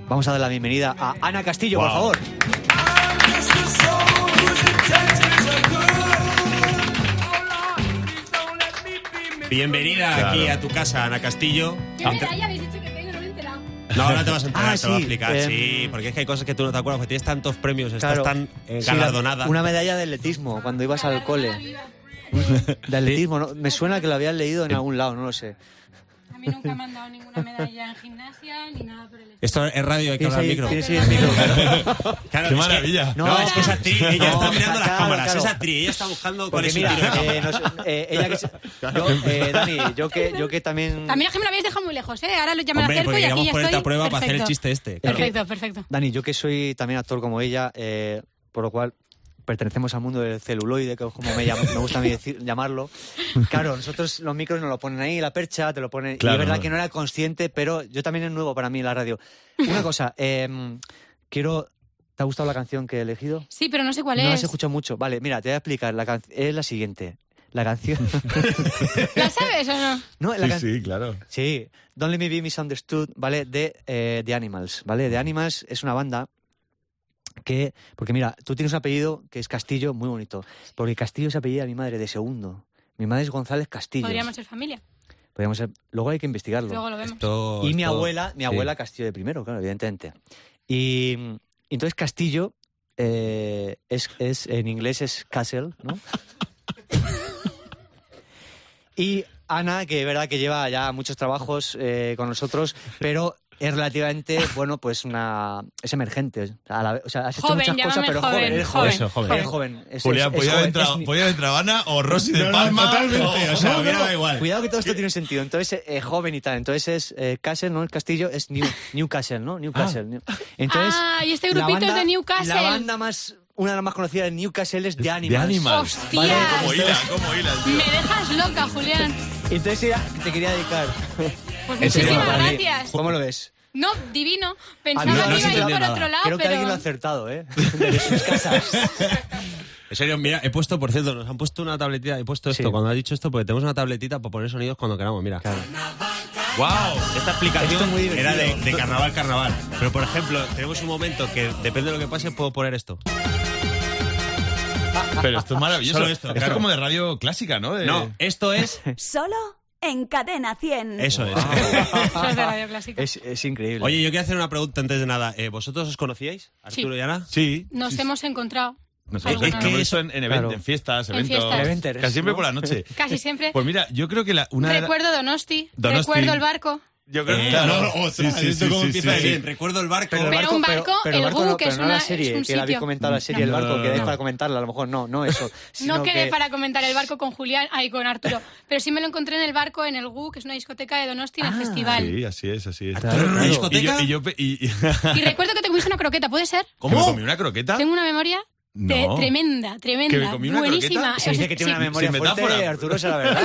S2: vamos a dar la bienvenida a Ana Castillo, por
S1: Wow.
S2: favor.
S1: Bienvenida
S6: Claro.
S1: aquí a tu casa, Ana Castillo.
S7: ¿Qué medalla habéis dicho que tengo? No me he enterado.
S1: No, ahora te vas a enterar,
S2: Ah,
S1: te lo voy a
S2: sí,
S1: explicar.
S2: eh,
S1: sí, porque es que hay cosas que tú no te acuerdas, porque tienes tantos premios,
S2: Claro.
S1: estás tan eh,
S2: Sí, la-
S1: galardonada.
S2: una medalla de atletismo, cuando ibas al cole.
S7: Viva.
S2: De atletismo, ¿no? me suena que la habías leído en algún lado, no lo sé.
S7: A mí nunca me han dado ninguna medalla en gimnasia ni nada por el estilo.
S1: Esto es radio, hay que
S2: ¿Tienes
S1: hablar al
S2: ahí-
S1: micro.
S2: tienes ahí el micro?
S1: Claro,
S6: ¡Qué
S1: es que-
S6: maravilla!
S1: no, es que es actriz, ella
S2: No,
S1: está mirando las
S2: claro,
S1: cámaras,
S2: claro.
S1: es actriz, ella está buscando cuál
S2: Porque
S1: es su
S2: mira,
S1: tiro de cámara.
S2: eh, nos- eh, ella que se- yo, eh, Dani, yo que, yo que también...
S7: También es que me lo habéis dejado muy lejos, ¿eh? Ahora lo llaman
S1: Hombre,
S7: acerco
S1: porque
S7: y aquí
S1: queríamos
S7: ya
S1: ponerte
S7: estoy.
S1: a prueba para hacer el
S7: Perfecto.
S1: chiste este. claro.
S7: Perfecto, perfecto.
S2: Dani, yo que soy también actor como ella, eh, por lo cual pertenecemos al mundo del celuloide, que es como me, llam- me gusta a mí decir- llamarlo. Claro, nosotros los micros nos lo ponen ahí, la percha, te lo ponen... y
S6: Claro.
S2: es verdad que no era consciente, pero yo también es nuevo para mí la radio. Una cosa, eh, quiero... ¿Te ha gustado la canción que he elegido?
S7: Sí, pero no sé cuál
S2: no la
S7: es.
S2: has escuchado mucho. Vale, mira, te voy a explicar. La can- es la siguiente. La canción...
S7: [LAUGHS]
S2: [LAUGHS]
S7: ¿La sabes o no?
S2: no, la
S6: Sí,
S2: can-
S6: sí, claro.
S2: Sí, Don't Let Me Be Misunderstood, ¿vale? De eh, The Animals, ¿vale? The Animals es una banda que... Porque mira, tú tienes un apellido que es Castillo, muy bonito. Porque Castillo es apellido de mi madre de segundo. Mi madre es González Castillo.
S7: Podríamos ser familia.
S2: Podríamos ser- Luego hay que investigarlo.
S7: Luego lo vemos.
S1: Esto-
S2: y mi
S1: esto-
S2: abuela, mi
S1: sí.
S2: abuela Castillo de primero, claro, evidentemente. Y mm, entonces Castillo eh, es, es- en inglés es Castle, ¿no? y Ana, que es verdad que lleva ya muchos trabajos eh, con nosotros, pero es relativamente, bueno, pues una es emergente. A la vez- o sea, has hecho
S7: Joven,
S2: muchas cosas,
S7: llámame
S2: pero
S7: joven,
S2: joven, eres
S7: joven,
S2: joven.
S1: joven.
S2: Eres joven. Es- es- es
S6: Julián, podía haber
S2: joven,
S6: entrado-
S2: es-
S6: podía haber entrado Ana o Rosy
S5: No,
S6: de
S5: no,
S6: Palma.
S5: totalmente,
S6: O,
S5: o
S6: sea,
S5: sea,
S6: me
S5: no,
S6: da igual.
S2: Cuidado que todo esto tiene un sentido. Entonces, eh, joven y tal. Entonces, es, eh, Castle, ¿no? El castillo es New, Newcastle, ¿no? Newcastle. New- Entonces,
S7: Ah, y este
S2: la
S7: grupito es
S2: banda-
S7: de Newcastle.
S2: La banda más, una de las más conocidas de Newcastle es The Animals.
S6: Animals.
S7: ¡Hostias!
S2: Vale,
S6: Como hila, como hila. el tío.
S7: Me dejas loca, Julián.
S2: Oh, Entonces, ella te quería
S7: [LAUGHS]
S2: dedicar.
S7: Pues
S1: Ese tema
S7: muchísimas
S1: para
S2: mí.
S7: gracias.
S2: ¿Cómo lo ves?
S7: No, divino.
S2: A mí
S7: Pensaba
S2: no
S7: que
S2: se
S7: iba a ir
S1: entendió
S7: por
S1: nada.
S7: otro lado,
S2: Creo que alguien lo ha
S7: pero.
S2: acertado, ¿eh? De sus casas.
S1: En serio, mira, he puesto, por cierto, nos han puesto una tabletita, he puesto esto
S2: Sí.
S1: cuando has dicho esto, porque tenemos una tabletita para poner sonidos cuando queramos, mira.
S2: Claro.
S1: ¡Wow! Esta
S2: Esto es
S1: explicación
S2: muy divertido.
S1: era de, de carnaval, carnaval. Pero, por ejemplo, tenemos un momento que, depende de lo que pase, puedo poner esto.
S6: Pero esto es maravilloso.
S1: Solo esto, claro.
S6: es como de radio clásica, ¿no? De-
S1: No, esto
S2: [LAUGHS]
S1: es...
S8: Solo en Cadena 100.
S1: Eso es.
S7: [LAUGHS] Eso es de Radio Clásica.
S2: Es, es increíble.
S1: Oye, yo quiero hacer una pregunta antes de nada. Eh, ¿Vosotros os conocíais, Arturo y Ana?
S6: Sí.
S7: Nos hemos encontrado.
S6: Nosotros
S1: Es
S6: Ah, es
S1: que
S6: que
S1: eso-
S6: eso en, en event-
S2: claro.
S6: en fiestas,
S7: En
S6: eventos.
S7: fiestas.
S2: En eventers,
S6: Casi siempre
S2: ¿no?
S6: por la noche.
S7: Casi siempre.
S6: Pues mira, yo creo que la, una de la-
S7: Recuerdo Donosti,
S6: Donosti.
S7: Recuerdo el barco.
S6: Yo creo
S1: Eh,
S6: claro.
S1: no,
S6: [LAUGHS] sí, sí,
S1: ¿esto
S6: sí,
S1: cómo
S6: sí,
S1: empieza
S6: sí,
S1: de bien?
S6: sí.
S1: Recuerdo el barco.
S7: Pero el un barco,
S2: pero
S7: el Gu,
S2: no,
S7: que
S2: pero
S7: es
S2: no
S7: una-
S2: la serie,
S7: es un
S2: que la habéis
S7: sitio.
S2: comentado la serie,
S7: No.
S2: el barco,
S6: No,
S2: que es
S6: no.
S2: para comentarla, a lo mejor no, no eso.
S7: No
S2: sino
S7: quedé
S2: que-
S7: para comentar el barco con Julián, ay, con Arturo, pero sí me lo encontré en el barco en el GU, que es una discoteca de Donosti en el
S2: Ah,
S7: festival.
S6: Sí, así es, así es.
S2: Claro, claro.
S6: Y yo,
S1: ¿Discoteca?
S6: y yo pe- y- y-
S7: Y recuerdo que te comiste una croqueta, ¿puede ser?
S6: ¿Cómo? ¿Me comí una croqueta?
S7: Tengo una memoria te-
S6: No.
S7: tremenda, tremenda,
S6: ¿Que me comí una
S7: buenísima.
S6: croqueta?
S2: Se
S7: [LAUGHS]
S2: dice que tiene
S7: Sí.
S2: una memoria
S6: Sin
S2: fuerte,
S6: metáfora.
S2: Arturo, será verdad.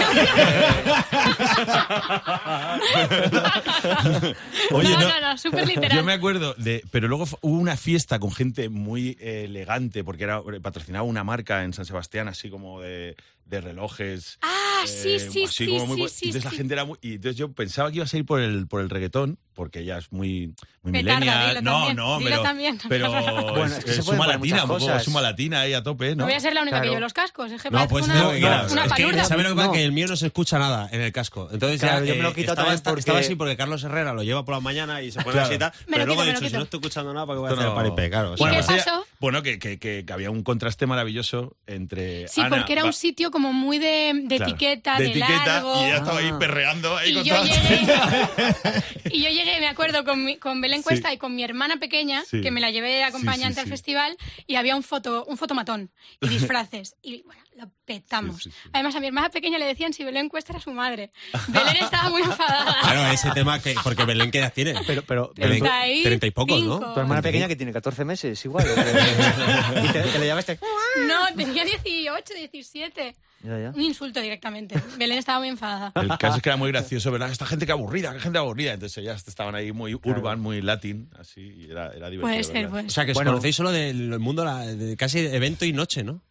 S6: Oye,
S7: no,
S6: no.
S7: no, no, súper literal.
S6: Yo me acuerdo de. Pero luego fu- hubo una fiesta con gente muy eh, elegante, porque era patrocinaba una marca en San Sebastián, así como de, de relojes.
S7: Ah, sí,
S6: eh,
S7: sí,
S6: así
S7: sí,
S6: como muy
S7: sí,
S6: bu-
S7: sí,
S6: Entonces la
S7: sí.
S6: gente era muy. Y entonces yo pensaba que ibas a ir por el, por el reggaetón, porque ella es muy, muy
S7: Petarda,
S6: millennial.
S7: dilo
S6: No,
S7: también,
S6: no,
S7: dilo
S6: pero.
S7: también. [LAUGHS]
S6: Pero.
S2: Bueno, es que se pueden
S6: suma
S2: poner
S6: latina,
S2: muchas
S6: un poco
S2: cosas.
S6: suma latina ahí a tope, ¿no?
S7: No voy a ser la única
S2: Claro.
S7: que lleve los cascos, es que
S1: No,
S7: parece
S1: pues
S7: una,
S1: no, claro.
S7: una
S1: es
S7: palurda.
S1: que, ¿sabes lo que pasa?
S2: No.
S1: Que el mío no se escucha nada en el casco. Entonces
S2: Claro,
S1: ya,
S2: yo me lo
S1: eh,
S2: quito
S1: estaba,
S2: también
S1: esta-
S2: porque-
S1: estaba así porque Carlos Herrera lo lleva por la mañana y se pone
S6: Claro.
S1: así y tal.
S7: Me lo
S1: Pero luego
S7: quito,
S1: he
S7: me lo
S1: dicho, si
S7: quito.
S1: no estoy escuchando nada, ¿para qué voy a
S6: Esto
S1: hacer
S6: no-
S1: paripé? Claro, o
S6: Bueno,
S1: sea,
S7: qué
S6: pues ella-
S7: pasó?
S6: bueno que, que- que- que había un contraste maravilloso entre.
S7: Sí,
S6: Ana,
S7: porque era
S6: va-
S7: un sitio como muy de, de
S6: claro,
S7: etiqueta, de,
S6: etiqueta,
S7: largo.
S6: Y ella estaba ahí
S2: Ah.
S6: perreando ahí
S7: y
S6: con
S7: yo
S6: toda la [LAUGHS]
S7: llegué,
S6: gente.
S7: y yo llegué, me acuerdo, con, mi- con Belén Cuesta y con mi hermana pequeña,
S6: Sí.
S7: que me la llevé de acompañante
S6: sí,
S7: al
S6: sí.
S7: festival, y había un foto, un fotomatón
S6: [LAUGHS]
S7: y disfraces. Y bueno, lo petamos.
S6: Sí, sí, sí.
S7: Además, a mi hermana pequeña le decían si Belén Cuesta era su madre. Belén estaba
S6: [LAUGHS]
S7: muy enfadada.
S1: Claro, ese tema que. Porque Belén, ¿qué edad tiene?
S2: Pero, pero, pero
S1: Belén,
S2: tú-
S7: Treinta y
S1: treinta y pocos, ¿no? [LAUGHS]
S7: cinco.
S2: Tu hermana pequeña que tiene 14 meses, igual. [LAUGHS] y te, te le
S1: este.
S7: [LAUGHS]
S2: llamaste.
S7: No, tenía 18, 17.
S2: Ya, ya.
S7: Un insulto directamente. Belén estaba muy enfadada.
S6: El caso es que era muy gracioso, ¿verdad? Esta gente que aburrida, que gente aburrida. Entonces ellas estaban ahí muy urban, muy latin, así, y era, era divertido.
S7: Puede ser,
S6: ¿verdad?
S7: puede
S1: O
S7: ser.
S1: sea, que os
S2: Bueno.
S1: conocéis solo del mundo la- de casi evento y noche, ¿no?